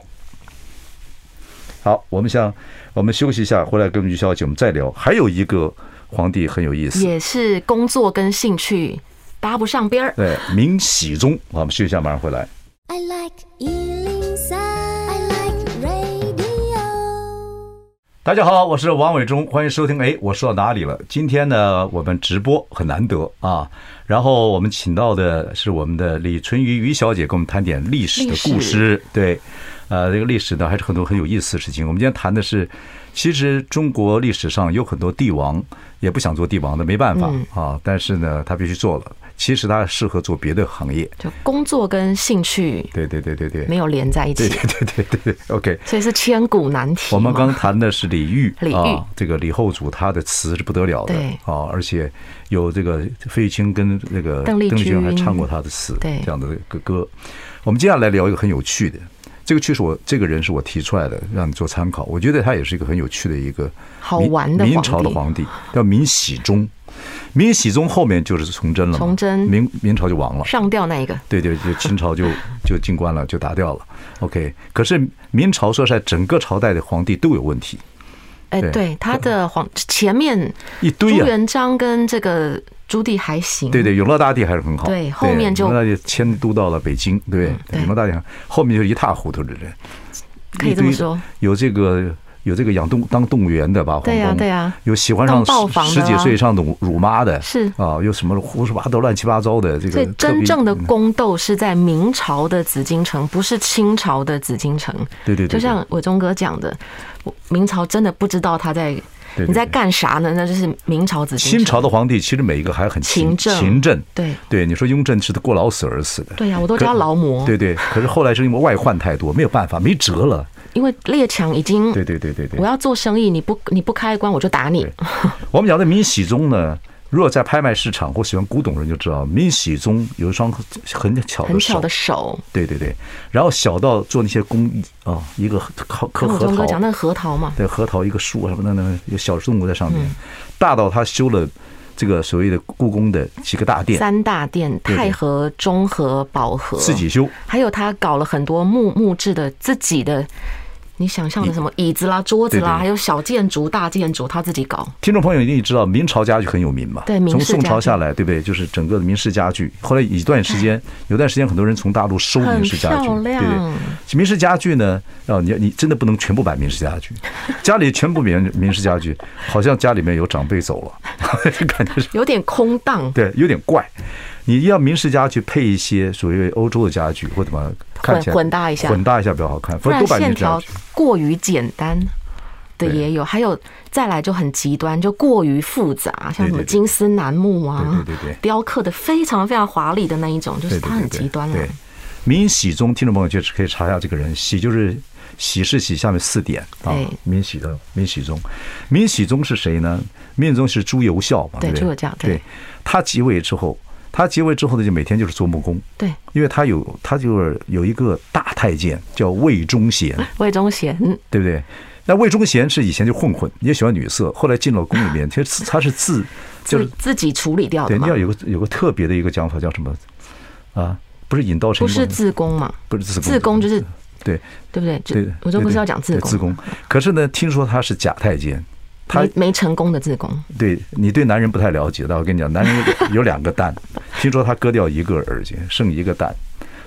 [SPEAKER 1] 好，我们想我们休息一下，回来跟于小姐我们再聊。还有一个皇帝很有意思，
[SPEAKER 2] 也是工作跟兴趣搭不上边儿。
[SPEAKER 1] 对，明熹宗，好我们休息一下，马上回来。
[SPEAKER 3] I like Ealing Sound. I like radio.
[SPEAKER 1] 大家好，我是王伟忠，欢迎收听。哎，我说到哪里了？今天呢，我们直播很难得啊。然后我们请到的是我们的李淳于于小姐，跟我们谈点历史的故事
[SPEAKER 2] 历史。
[SPEAKER 1] 对，呃，这个历史呢，还是很多很有意思的事情。我们今天谈的是，其实中国历史上有很多帝王也不想做帝王的，没办法
[SPEAKER 2] 嗯
[SPEAKER 1] 啊。但是呢，他必须做了。其实他适合做别的行业。
[SPEAKER 2] 就工作跟兴趣
[SPEAKER 1] 对对对对对，
[SPEAKER 2] 没有连在一
[SPEAKER 1] 对
[SPEAKER 2] 起，
[SPEAKER 1] 对对对对对，OK。
[SPEAKER 2] 所以是千古难题嘛。
[SPEAKER 1] 我们刚谈的是李煜，
[SPEAKER 2] 李煜
[SPEAKER 1] 啊，这个李后主他的词是不得了的，
[SPEAKER 2] 对
[SPEAKER 1] 啊，而且有这个费玉清跟那个
[SPEAKER 2] 邓丽
[SPEAKER 1] 丽君
[SPEAKER 2] 君
[SPEAKER 1] 还唱过他的词，
[SPEAKER 2] 对
[SPEAKER 1] 这样的歌歌。我们接下来聊一个很有趣的，这个趣是我这个人是我提出来的，让你做参考。我觉得他也是一个很有趣的一个
[SPEAKER 2] 好玩的
[SPEAKER 1] 明明
[SPEAKER 2] 皇
[SPEAKER 1] 朝的
[SPEAKER 2] 帝
[SPEAKER 1] 皇帝，叫明熹宗。明熹宗后面就是崇祯了嘛，
[SPEAKER 2] 崇祯
[SPEAKER 1] 明明朝就亡了。
[SPEAKER 2] 上吊那一个，
[SPEAKER 1] 对对，就清朝就就进关了，就打掉了。OK，可是明朝说实在，整个朝代的皇帝都有问题，
[SPEAKER 2] 哎，
[SPEAKER 1] 对
[SPEAKER 2] 对，他的皇前面
[SPEAKER 1] 一
[SPEAKER 2] 朱
[SPEAKER 1] 堆啊。
[SPEAKER 2] 元璋跟这个朱棣还行，
[SPEAKER 1] 对对，永乐大帝还是很好。
[SPEAKER 2] 对后面就嗯
[SPEAKER 1] 永乐大帝迁都到了北京，对不对？
[SPEAKER 2] 对
[SPEAKER 1] 永乐大帝还后面就一塌糊涂的人，
[SPEAKER 2] 可以这么说。
[SPEAKER 1] 有这个有这个养动当动物园的吧？皇宫
[SPEAKER 2] 对呀对呀
[SPEAKER 1] 有喜欢上
[SPEAKER 2] 当豹房的
[SPEAKER 1] 十十
[SPEAKER 2] 啊
[SPEAKER 1] 几岁以上的乳妈的，
[SPEAKER 2] 是
[SPEAKER 1] 啊，有什么胡说八道、乱七八糟的这
[SPEAKER 2] 所
[SPEAKER 1] 个
[SPEAKER 2] 以
[SPEAKER 1] 特别。
[SPEAKER 2] 真正的
[SPEAKER 1] 嗯
[SPEAKER 2] 宫斗是在明朝的紫禁城，不是清朝的紫禁城。
[SPEAKER 1] 对对对对
[SPEAKER 2] 就像伟忠哥讲的，我明朝真的不知道他在
[SPEAKER 1] 对对
[SPEAKER 2] 你在干啥呢？那就是明朝紫禁城。
[SPEAKER 1] 清朝的皇帝，其实每一个还很勤
[SPEAKER 2] 勤政
[SPEAKER 1] 勤政。
[SPEAKER 2] 对
[SPEAKER 1] 对，你说雍正是过劳死而死的。
[SPEAKER 2] 对呀、我都
[SPEAKER 1] 可
[SPEAKER 2] 叫劳模，
[SPEAKER 1] 对对，可是后来是因为外患太多，没有办法，没辙了。
[SPEAKER 2] 因为列强已经
[SPEAKER 1] 对对对对对
[SPEAKER 2] 嗯我。要做生意，你不你不开关我就打你
[SPEAKER 1] 对。我们讲的明熹宗呢，如果在拍卖市场或喜欢古董人就知道，明熹宗有一双很巧
[SPEAKER 2] 很
[SPEAKER 1] 的
[SPEAKER 2] 巧
[SPEAKER 1] 手
[SPEAKER 2] 的，手，
[SPEAKER 1] 对对对，然后小到做那些工艺啊、一个颗颗
[SPEAKER 2] 跟我
[SPEAKER 1] 核
[SPEAKER 2] 忠哥讲那
[SPEAKER 1] 桃，
[SPEAKER 2] 个核桃嘛，
[SPEAKER 1] 对核桃一个树啊什么的呢，有小动物在上面，
[SPEAKER 2] 嗯
[SPEAKER 1] 大到他修了这个所谓的故宫的几个大殿，
[SPEAKER 2] 三大殿、
[SPEAKER 1] 对对
[SPEAKER 2] 太和、中和、保和，
[SPEAKER 1] 自己修，
[SPEAKER 2] 还有他搞了很多木木质的自己的，你想象的什么椅子啦、桌子
[SPEAKER 1] 对
[SPEAKER 2] 啦，
[SPEAKER 1] 对
[SPEAKER 2] 还有小建筑、大建筑，他自己搞。
[SPEAKER 1] 听众朋友一定知道，明朝家具很有名嘛。
[SPEAKER 2] 对明
[SPEAKER 1] 从
[SPEAKER 2] 式
[SPEAKER 1] 宋朝
[SPEAKER 2] 家具
[SPEAKER 1] 下来，对不对？就是整个的明式家具。后来一段时间，有段时间很多人从大陆收明式家具，
[SPEAKER 2] 哎很漂
[SPEAKER 1] 对
[SPEAKER 2] 亮
[SPEAKER 1] 不对？明式家具呢，啊，你你真的不能全部买明式家 具，家里全部明明式家具，好像家里面有长辈走了， 感觉是
[SPEAKER 2] 有点空荡，
[SPEAKER 1] 对，有点怪。你要明式家具配一些所谓欧洲的家具，或怎么看起来
[SPEAKER 2] 混混搭一下
[SPEAKER 1] 混搭一下比较好看，
[SPEAKER 2] 不
[SPEAKER 1] 不然
[SPEAKER 2] 然
[SPEAKER 1] 都摆明
[SPEAKER 2] 线
[SPEAKER 1] 式家
[SPEAKER 2] 条
[SPEAKER 1] 具。
[SPEAKER 2] 过于简单的
[SPEAKER 1] 对
[SPEAKER 2] 也有，还有再来就很极端，就过于复杂，
[SPEAKER 1] 对
[SPEAKER 2] 像什么
[SPEAKER 1] 对对
[SPEAKER 2] 金丝楠木啊，
[SPEAKER 1] 对对对对
[SPEAKER 2] 雕刻的非常非常华丽的那一种，就
[SPEAKER 1] 对
[SPEAKER 2] 是
[SPEAKER 1] 对
[SPEAKER 2] 它
[SPEAKER 1] 对
[SPEAKER 2] 很
[SPEAKER 1] 对
[SPEAKER 2] 极端啊了
[SPEAKER 1] 对。，明熹宗听众朋友就是可以查一下这个人，熹就是喜是喜下面四点啊
[SPEAKER 2] 对，
[SPEAKER 1] 明熹的明熹宗，明熹宗是谁呢？明熹宗是朱由校嘛，
[SPEAKER 2] 对
[SPEAKER 1] 对不对
[SPEAKER 2] 朱由校对
[SPEAKER 1] 对，他即位之后，他即位之后呢，就每天就是做木工。
[SPEAKER 2] 对，
[SPEAKER 1] 因为他有，他就是有一个大太监叫魏忠 贤，
[SPEAKER 2] 魏忠贤，嗯
[SPEAKER 1] 对不对？那魏忠贤是以前就混混，也喜欢女色，后来进了宫里 面，其实他是自就
[SPEAKER 2] 自
[SPEAKER 1] 是
[SPEAKER 2] 自己处理掉
[SPEAKER 1] 对，
[SPEAKER 2] 的
[SPEAKER 1] 你
[SPEAKER 2] 嘛
[SPEAKER 1] 要，有个有个特别的一个讲法叫什么啊？不是引刀成
[SPEAKER 2] 不
[SPEAKER 1] 功，
[SPEAKER 2] 是自宫嘛，
[SPEAKER 1] 不是自宫，
[SPEAKER 2] 自宫就是
[SPEAKER 1] 对
[SPEAKER 2] 对不对？就
[SPEAKER 1] 对，
[SPEAKER 2] 我就不是要讲
[SPEAKER 1] 自
[SPEAKER 2] 自
[SPEAKER 1] 自
[SPEAKER 2] 宫，
[SPEAKER 1] 宫。可是呢，听说他是假太监，他嗯
[SPEAKER 2] 没没成功的自宫，
[SPEAKER 1] 对你对男人不太 了解，但我跟你讲，男人有有两个蛋，听说他割掉一个耳尖，剩一个蛋。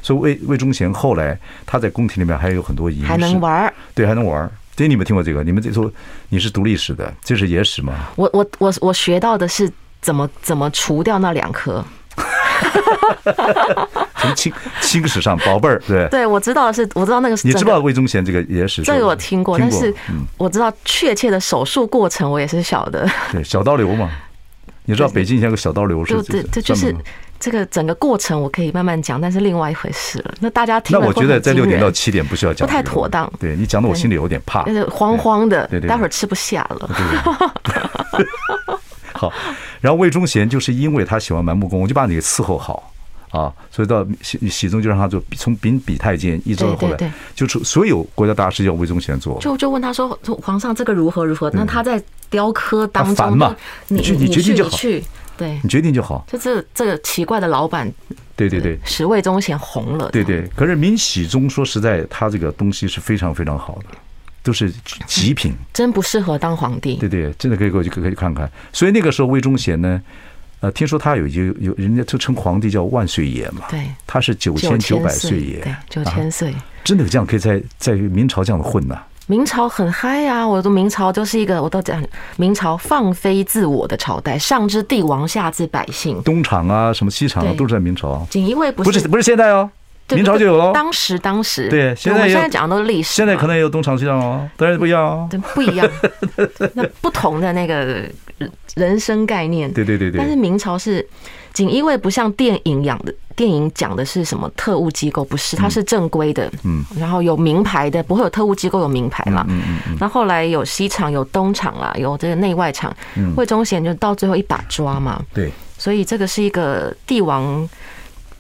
[SPEAKER 1] 所以魏魏忠贤后来他在宫廷里面还有很多仪式，
[SPEAKER 2] 还能玩儿。
[SPEAKER 1] 对，还能玩儿。对，你们听过这个？你们这说你是读历史的，这是野史吗？
[SPEAKER 2] 我我我我学到的是怎么怎么除掉那 两颗。
[SPEAKER 1] 从清 清史上宝贝儿，对，
[SPEAKER 2] 对，我知道的是，我知道那个是
[SPEAKER 1] 你
[SPEAKER 2] 整
[SPEAKER 1] 知
[SPEAKER 2] 个
[SPEAKER 1] 道魏忠贤这个野史？
[SPEAKER 2] 这个我听过，但是
[SPEAKER 1] 嗯
[SPEAKER 2] 我知道确切的手术过程，我也是晓得。
[SPEAKER 1] 对小刀流嘛，你知道北京以前有个小刀流是
[SPEAKER 2] 就这这就
[SPEAKER 1] 专
[SPEAKER 2] 是
[SPEAKER 1] 门
[SPEAKER 2] 这个整个过程，我可以慢慢讲，但是另外一回事了。那大家听
[SPEAKER 1] 那
[SPEAKER 2] 了
[SPEAKER 1] 我
[SPEAKER 2] 会
[SPEAKER 1] 觉得
[SPEAKER 2] 很
[SPEAKER 1] 在
[SPEAKER 2] 惊
[SPEAKER 1] 六点
[SPEAKER 2] 人
[SPEAKER 1] 到七点不需要讲
[SPEAKER 2] 不太
[SPEAKER 1] 这个
[SPEAKER 2] 妥当
[SPEAKER 1] 对你讲的我心里有点怕。
[SPEAKER 2] 就是慌慌的
[SPEAKER 1] 对对，对
[SPEAKER 2] 待会儿吃不下了。
[SPEAKER 1] 好，然后魏忠贤就是因为他喜欢蛮木工，我就把你给伺候好啊，所以到喜喜宗就让他做，从丙比太监一直到
[SPEAKER 2] 对对
[SPEAKER 1] 后来，
[SPEAKER 2] 对
[SPEAKER 1] 就是所有国家大事要魏忠贤做。
[SPEAKER 2] 就就问他说：“皇上这个如何如何？”那他在雕刻当
[SPEAKER 1] 他烦
[SPEAKER 2] 中，
[SPEAKER 1] 嘛
[SPEAKER 2] 你
[SPEAKER 1] 你去你
[SPEAKER 2] 你
[SPEAKER 1] 决定
[SPEAKER 2] 去
[SPEAKER 1] 就
[SPEAKER 2] 你
[SPEAKER 1] 好
[SPEAKER 2] 去，对，
[SPEAKER 1] 你决定就好，
[SPEAKER 2] 就这这个奇怪的老板，
[SPEAKER 1] 对对对，
[SPEAKER 2] 十位中显红了，
[SPEAKER 1] 对对。可是明喜宗说实在，他这个东西是非常非常好的，都是
[SPEAKER 2] 嗯
[SPEAKER 1] 极品。
[SPEAKER 2] 真不适合当皇帝。
[SPEAKER 1] 对对，真的可以过去可以可以看看。所以那个时候魏忠贤呢，呃，听说他有一个有人家就称皇帝叫万岁爷嘛，
[SPEAKER 2] 对
[SPEAKER 1] 他是九千九百岁爷，
[SPEAKER 2] 对，九
[SPEAKER 1] 啊
[SPEAKER 2] 千岁。
[SPEAKER 1] 真的有这样可以在在明朝这样的混呐、
[SPEAKER 2] 明朝很嗨啊！我说明朝就是一个，我都讲明朝放飞自我的朝代，上至帝王，下至百姓。
[SPEAKER 1] 东厂啊，什么西厂啊，
[SPEAKER 2] 对
[SPEAKER 1] 都是在明朝啊，
[SPEAKER 2] 锦衣卫不
[SPEAKER 1] 不是
[SPEAKER 2] 是
[SPEAKER 1] 不是现在哦，
[SPEAKER 2] 对
[SPEAKER 1] 明朝就有喽。
[SPEAKER 2] 当时当时
[SPEAKER 1] 对现在
[SPEAKER 2] 我们
[SPEAKER 1] 也
[SPEAKER 2] 现在讲的都是历史嘛，
[SPEAKER 1] 现在可能也有东厂西厂哦，当然不一样哦。
[SPEAKER 2] 对不 一样，那不同的那个人生概念。
[SPEAKER 1] 对对对
[SPEAKER 2] 但是
[SPEAKER 1] 对，
[SPEAKER 2] 明朝是锦衣卫，不像电影养的，电影讲的是什么特务机构，不是，它是正规的，
[SPEAKER 1] 嗯，
[SPEAKER 2] 然后有名牌的，不会有特务机构有名牌嘛。
[SPEAKER 1] 嗯嗯
[SPEAKER 2] 那后来有西厂、有东厂啦，有这个内外厂，
[SPEAKER 1] 嗯
[SPEAKER 2] 魏忠贤就到最后一把抓嘛，
[SPEAKER 1] 对，
[SPEAKER 2] 所以这个是一个帝王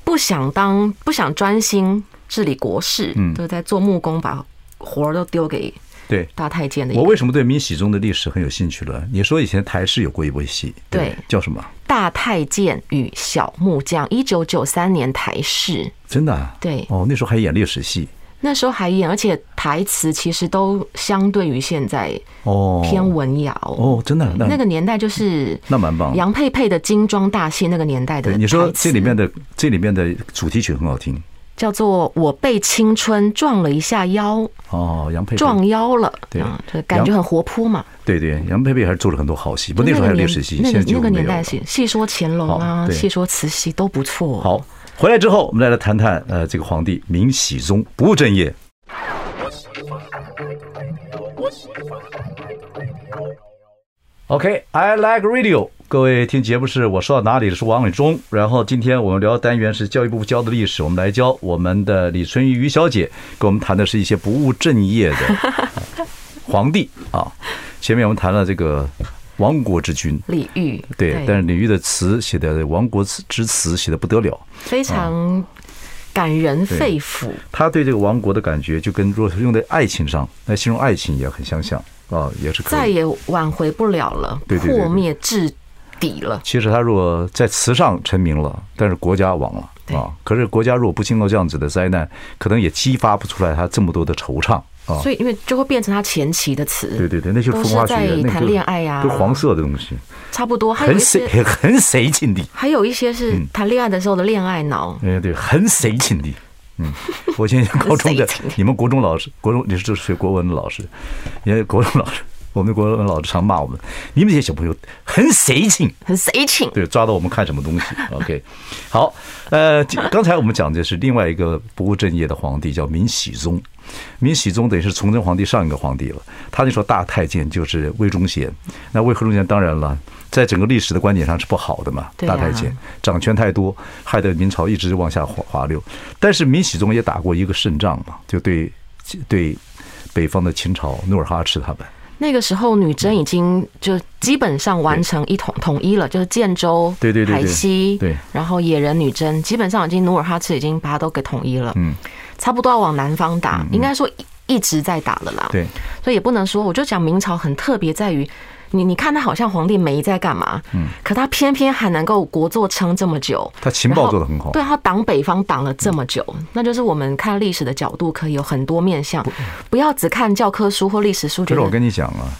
[SPEAKER 2] 不想当、不想专心治理国事，
[SPEAKER 1] 嗯
[SPEAKER 2] 就是在做木工，把活儿都丢给
[SPEAKER 1] 对。
[SPEAKER 2] 大太监的一
[SPEAKER 1] 我
[SPEAKER 2] 个
[SPEAKER 1] 为什么对明喜宗的历史很有兴趣了？你说以前台视有过一部戏，不
[SPEAKER 2] 对
[SPEAKER 1] 叫什么？
[SPEAKER 2] 大太监与小木匠，一九九三年台视，
[SPEAKER 1] 真的、啊？
[SPEAKER 2] 对
[SPEAKER 1] 哦，那时候还演历史戏
[SPEAKER 2] 那时候还演，而且台词其实都相对于现在
[SPEAKER 1] 哦，
[SPEAKER 2] 偏文雅哦。
[SPEAKER 1] 哦，真的啊，那
[SPEAKER 2] 那个年代就是
[SPEAKER 1] 那蛮棒的。
[SPEAKER 2] 杨佩佩的精装大戏，那个年代的
[SPEAKER 1] 对，你说
[SPEAKER 2] 台词
[SPEAKER 1] 这里面的这里面的主题曲很好听
[SPEAKER 2] 叫做“我被青春撞了一下腰，
[SPEAKER 1] 哦，杨佩佩
[SPEAKER 2] 撞腰了”，
[SPEAKER 1] 对
[SPEAKER 2] 啊，就感觉很活泼嘛。
[SPEAKER 1] 对对，杨佩佩还是做了很多好戏，不那
[SPEAKER 2] 就
[SPEAKER 1] 时候还
[SPEAKER 2] 个
[SPEAKER 1] 有历
[SPEAKER 2] 年
[SPEAKER 1] 史戏，
[SPEAKER 2] 那
[SPEAKER 1] 现
[SPEAKER 2] 个
[SPEAKER 1] 在就
[SPEAKER 2] 那个
[SPEAKER 1] 没
[SPEAKER 2] 年
[SPEAKER 1] 有
[SPEAKER 2] 代
[SPEAKER 1] 了
[SPEAKER 2] 的。戏，戏说乾隆
[SPEAKER 1] 好
[SPEAKER 2] 啊，
[SPEAKER 1] 对
[SPEAKER 2] 戏说慈禧都不错。
[SPEAKER 1] 好，回来之后我们再来谈谈呃这个皇帝明熹宗不务正业。OK，I、like radio。各位听节目是我说到哪里了？是王伟忠。然后今天我们聊的单元是教育部教的历史，我们来教我们的李春雨于小姐跟我们谈的是一些不务正业的皇帝啊。前面我们谈了这个亡国之君，
[SPEAKER 2] 李煜
[SPEAKER 1] 对，但是李煜的词写的《亡国之词》写的不得了，
[SPEAKER 2] 非常
[SPEAKER 1] 啊
[SPEAKER 2] 感人肺腑。
[SPEAKER 1] 他对这个亡国的感觉，就跟若是用在爱情上来形容爱情也很相像啊，也是可
[SPEAKER 2] 再
[SPEAKER 1] 以。
[SPEAKER 2] 也挽回不了了，
[SPEAKER 1] 对对对对
[SPEAKER 2] 破灭至底了。
[SPEAKER 1] 其实他如果在词上成名了，但是国家亡了
[SPEAKER 2] 对
[SPEAKER 1] 啊，可是国家如果不经过这样子的灾难，可能也激发不出来他这么多的惆怅啊。
[SPEAKER 2] 所以，因为就会变成他前期的词，
[SPEAKER 1] 对对对，那就是
[SPEAKER 2] 都
[SPEAKER 1] 风
[SPEAKER 2] 是
[SPEAKER 1] 花雪
[SPEAKER 2] 在
[SPEAKER 1] 月，那
[SPEAKER 2] 谈
[SPEAKER 1] 都
[SPEAKER 2] 恋爱呀
[SPEAKER 1] 都黄色的东西，
[SPEAKER 2] 差不多。还有
[SPEAKER 1] 很嗯
[SPEAKER 2] 一
[SPEAKER 1] 谁
[SPEAKER 2] 些，
[SPEAKER 1] 很谁情的。
[SPEAKER 2] 还有一些是谈恋爱的时候的恋爱脑，
[SPEAKER 1] 哎，对，很谁情的。嗯，我以前高中的
[SPEAKER 2] 很谁情，
[SPEAKER 1] 你们国中老师，国中你是学国文的老师，你看国中老师，我们的国文老师常骂我们，你们这些小朋友很谁情，
[SPEAKER 2] 很谁情。
[SPEAKER 1] 对，抓到我们看什么东西。OK，好，呃，刚才我们讲的是另外一个不务正业的皇帝，叫明熹宗。明熹宗等于是崇祯皇帝上一个皇帝了，他那时候大太监就是魏忠贤。那魏忠贤当然了，在整个历史的观点上是不好的嘛，
[SPEAKER 2] 对
[SPEAKER 1] 大
[SPEAKER 2] 呀
[SPEAKER 1] 太监掌权太多，害得明朝一直往下滑滑溜。但是明熹宗也打过一个胜仗嘛，就对对北方的秦朝努尔哈赤他们。
[SPEAKER 2] 那个时候，女真已经就基本上完成一统统一了，就是建州、
[SPEAKER 1] 对对对对
[SPEAKER 2] 海西，
[SPEAKER 1] 对
[SPEAKER 2] 然后野人、女真，基本上已经努尔哈赤已经把它都给统一了，
[SPEAKER 1] 嗯，
[SPEAKER 2] 差不多要往南方打，应该说一一直在打了啦，
[SPEAKER 1] 对，
[SPEAKER 2] 所以也不能说，我就讲明朝很特别在于，你你看他好像皇帝没在干嘛，嗯，可他偏偏还能够国祚撑这么久，
[SPEAKER 1] 他情
[SPEAKER 2] 然
[SPEAKER 1] 报
[SPEAKER 2] 后
[SPEAKER 1] 做得很好。
[SPEAKER 2] 对他挡北方挡了这么久，那就是我们看历史的角度可以有很多面向，不要只看教科书或历史书，
[SPEAKER 1] 可
[SPEAKER 2] 觉
[SPEAKER 1] 是我
[SPEAKER 2] 得
[SPEAKER 1] 跟你讲啊，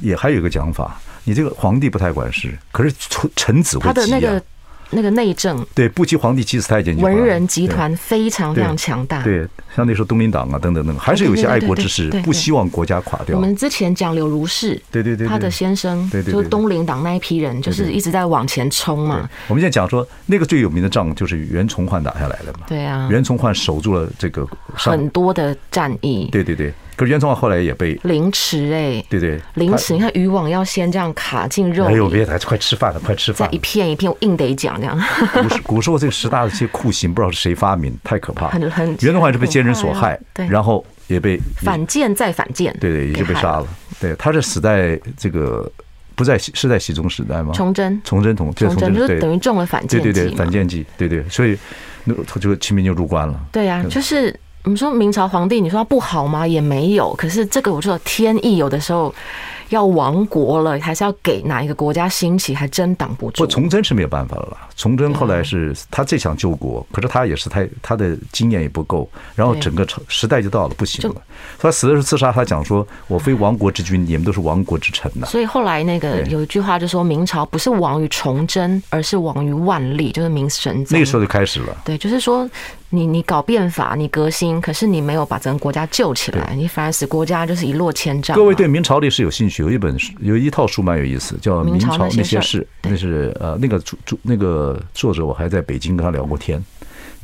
[SPEAKER 1] 也还有一个讲法，你这个皇帝不太管事，可是臣臣子会
[SPEAKER 2] 他的
[SPEAKER 1] 急
[SPEAKER 2] 那
[SPEAKER 1] 啊
[SPEAKER 2] 个。那个内政
[SPEAKER 1] 对，布基皇帝其实他已经
[SPEAKER 2] 文人集团非常非常强大。
[SPEAKER 1] 对，像那时候东林党啊等等等，还是有一些爱国之士
[SPEAKER 2] 对对对对对
[SPEAKER 1] 不希望国家垮掉
[SPEAKER 2] 我。们之前讲柳如是，
[SPEAKER 1] 对对对对
[SPEAKER 2] 他的先生
[SPEAKER 1] 对对对
[SPEAKER 2] 就是东林党那一批人，就
[SPEAKER 1] 对
[SPEAKER 2] 是一直在往前冲
[SPEAKER 1] 对
[SPEAKER 2] 嘛。
[SPEAKER 1] 我们现在讲说，那个最有名的仗就是袁崇焕打下来的嘛。
[SPEAKER 2] 对啊，
[SPEAKER 1] 袁崇焕守住了这个上
[SPEAKER 2] 很多的战役，
[SPEAKER 1] 对对对，可是袁崇焕后来也被，
[SPEAKER 2] 凌迟哎，
[SPEAKER 1] 对对，
[SPEAKER 2] 凌迟，你看渔网要先这样卡进
[SPEAKER 1] 他。
[SPEAKER 2] 肉
[SPEAKER 1] 哎呦，
[SPEAKER 2] 里，
[SPEAKER 1] 别来，快吃饭了，快吃
[SPEAKER 2] 再
[SPEAKER 1] 饭
[SPEAKER 2] 一
[SPEAKER 1] 了！
[SPEAKER 2] 片一片，我硬得讲这样，
[SPEAKER 1] 古时 古时候这个十大的这些酷刑，不知道是谁发明，太可怕了。
[SPEAKER 2] 很很
[SPEAKER 1] 袁崇焕是被奸人所
[SPEAKER 2] 很可怕
[SPEAKER 1] 害
[SPEAKER 2] 呀，对
[SPEAKER 1] 然后也被
[SPEAKER 2] 反间再反间，
[SPEAKER 1] 对对，也就被杀
[SPEAKER 2] 害
[SPEAKER 1] 了。对，他是死在这个不在西是在习中时代吗？
[SPEAKER 2] 崇祯，
[SPEAKER 1] 崇祯同对
[SPEAKER 2] 崇
[SPEAKER 1] 崇祯
[SPEAKER 2] 祯就是
[SPEAKER 1] 对
[SPEAKER 2] 等于中了反间
[SPEAKER 1] 对对对
[SPEAKER 2] 计嘛
[SPEAKER 1] 反间计，对对，所以那他就清兵就入关了。
[SPEAKER 2] 对啊，就是我们说明朝皇帝，你说他不好吗？也没有。可是这个我说天意，有的时候要亡国了，还是要给哪一个国家兴起，还真挡不住
[SPEAKER 1] 不，。崇祯是没有办法了啦。崇祯后来是他这想救国，可是他也是太他的经验也不够，然后
[SPEAKER 2] 对
[SPEAKER 1] 整个朝时代就到了，不行了
[SPEAKER 2] 就。嗯
[SPEAKER 1] 他死的时候自杀，他讲说：“我非亡国之君，你们都是亡国之臣呐、
[SPEAKER 2] 所以后来那个
[SPEAKER 1] 对
[SPEAKER 2] 有一句话就说，明朝不是亡于崇祯，而是亡于万历，就是明神宗。
[SPEAKER 1] 那个时候就开始了。
[SPEAKER 2] 对，就是说你你搞变法，你革新，可是你没有把整个国家救起来，你反而使国家就是一落千丈嘛。
[SPEAKER 1] 各位对明朝历史有兴趣，有一本书有一套书蛮有意思，叫《明
[SPEAKER 2] 明朝
[SPEAKER 1] 朝
[SPEAKER 2] 那些
[SPEAKER 1] 那些
[SPEAKER 2] 事儿
[SPEAKER 1] 事》，那是呃那个作作那个作者，我还在北京跟他聊过天。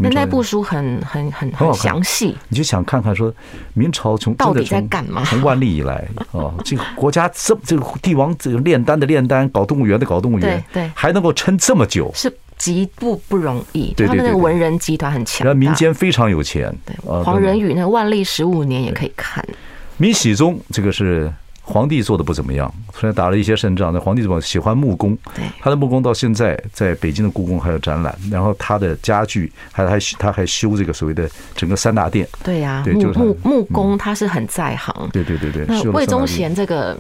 [SPEAKER 2] 那
[SPEAKER 1] 明朝
[SPEAKER 2] 那部书很很很
[SPEAKER 1] 很好
[SPEAKER 2] 很
[SPEAKER 1] 看
[SPEAKER 2] 详细，
[SPEAKER 1] 你就想看看说，明朝从
[SPEAKER 2] 到
[SPEAKER 1] 真
[SPEAKER 2] 底
[SPEAKER 1] 的从
[SPEAKER 2] 在干嘛
[SPEAKER 1] 从万历以 来哦，这个国家这这个帝王这个炼丹的炼丹，搞动物园的搞动物园，
[SPEAKER 2] 对对
[SPEAKER 1] 还能够撑这么久，
[SPEAKER 2] 是极不不容易。
[SPEAKER 1] 对对
[SPEAKER 2] 他们那
[SPEAKER 1] 对
[SPEAKER 2] 个
[SPEAKER 1] 对
[SPEAKER 2] 文人集团很强
[SPEAKER 1] 然后
[SPEAKER 2] 大，
[SPEAKER 1] 民间非常有钱，
[SPEAKER 2] 对，
[SPEAKER 1] 呃
[SPEAKER 2] 黄仁
[SPEAKER 1] 等等
[SPEAKER 2] 宇那个万历十五年也可以看，
[SPEAKER 1] 明熹宗这个是皇帝做的不怎么样，虽然打了一些胜仗，但皇帝怎么喜欢木工
[SPEAKER 2] 对？
[SPEAKER 1] 他的木工到现在在北京的故宫还有展览，然后他的家具还还他还修这个所谓的整个三大殿，
[SPEAKER 2] 对呀、
[SPEAKER 1] 对
[SPEAKER 2] 木
[SPEAKER 1] 就是他嗯
[SPEAKER 2] 木木工他是很在行。
[SPEAKER 1] 对对对对，修
[SPEAKER 2] 那
[SPEAKER 1] 了三
[SPEAKER 2] 魏
[SPEAKER 1] 大
[SPEAKER 2] 忠
[SPEAKER 1] 殿
[SPEAKER 2] 贤这个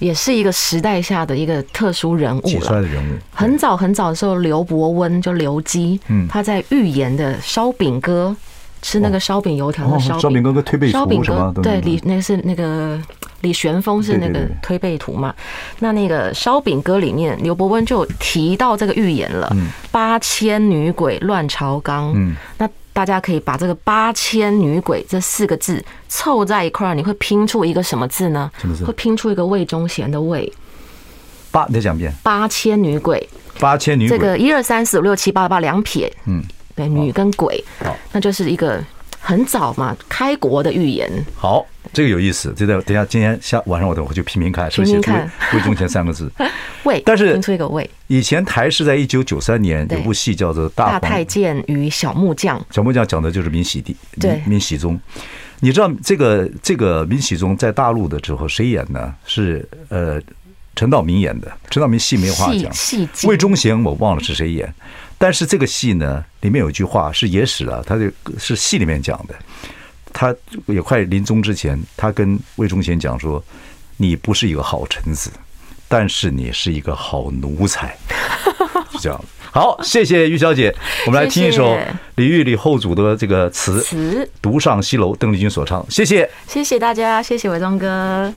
[SPEAKER 2] 也是一个时代下的一个特殊人
[SPEAKER 1] 几
[SPEAKER 2] 物
[SPEAKER 1] 帅
[SPEAKER 2] 了。
[SPEAKER 1] 的人物，
[SPEAKER 2] 很早很早的时候，刘伯温就刘基，
[SPEAKER 1] 嗯
[SPEAKER 2] 他在预言的烧饼哥吃那个烧饼油条
[SPEAKER 1] 哦
[SPEAKER 2] 的嗯烧
[SPEAKER 1] 烧饼哥跟推背
[SPEAKER 2] 烧
[SPEAKER 1] 图
[SPEAKER 2] 饼
[SPEAKER 1] 什么都
[SPEAKER 2] 哥对
[SPEAKER 1] 有
[SPEAKER 2] 李那个是那个李玄风是那
[SPEAKER 1] 对对
[SPEAKER 2] 个
[SPEAKER 1] 对
[SPEAKER 2] 推背图嘛？那那个烧饼歌里面，刘伯温就有提到这个预言了，八千女鬼乱朝纲。
[SPEAKER 1] 嗯，
[SPEAKER 2] 那大家可以把这个“八千女鬼”这四个字凑在一块儿，你会拼出一个什么字呢？
[SPEAKER 1] 什么字
[SPEAKER 2] 会拼出一个魏忠贤的魏。
[SPEAKER 1] 八你再讲一遍，
[SPEAKER 2] 八千女鬼，
[SPEAKER 1] 八千女
[SPEAKER 2] 这
[SPEAKER 1] 鬼，
[SPEAKER 2] 个一二三四五六七八八两撇，
[SPEAKER 1] 嗯，
[SPEAKER 2] 对，女跟鬼
[SPEAKER 1] 好，
[SPEAKER 2] 那就是一个很早嘛开国的预言。
[SPEAKER 1] 好，这个有意思，这个等一下今天下晚上我等我去拼命看，是不是写出
[SPEAKER 2] 拼命
[SPEAKER 1] 魏忠贤三个字？
[SPEAKER 2] 魏，
[SPEAKER 1] 但是
[SPEAKER 2] 拼出一个魏。
[SPEAKER 1] 以前台视在一九九三年有
[SPEAKER 2] 对
[SPEAKER 1] 部戏叫做《
[SPEAKER 2] 大
[SPEAKER 1] 大
[SPEAKER 2] 太
[SPEAKER 1] 太
[SPEAKER 2] 监与小木匠，
[SPEAKER 1] 小木匠讲的就是明熹帝，
[SPEAKER 2] 对
[SPEAKER 1] 明明熹宗。你知道这个这个明熹宗在大陆的时候谁演呢？是呃陈道明演的，陈道明戏没话
[SPEAKER 2] 戏
[SPEAKER 1] 讲。
[SPEAKER 2] 戏精
[SPEAKER 1] 魏忠贤我忘了是谁演，但是这个戏呢，里面有一句话是野史啊，他就是戏里面讲的。他也快临终之前，他跟魏忠贤讲说：“你不是一个好臣子，但是你是一个好奴才。” 是这样。好，谢谢于小姐，我们来听一首
[SPEAKER 2] 谢谢
[SPEAKER 1] 李煜、李后主的这个词《
[SPEAKER 2] 词。
[SPEAKER 1] 独上西楼》，邓丽君所唱。谢谢。
[SPEAKER 2] 谢谢大家，谢谢伟忠哥。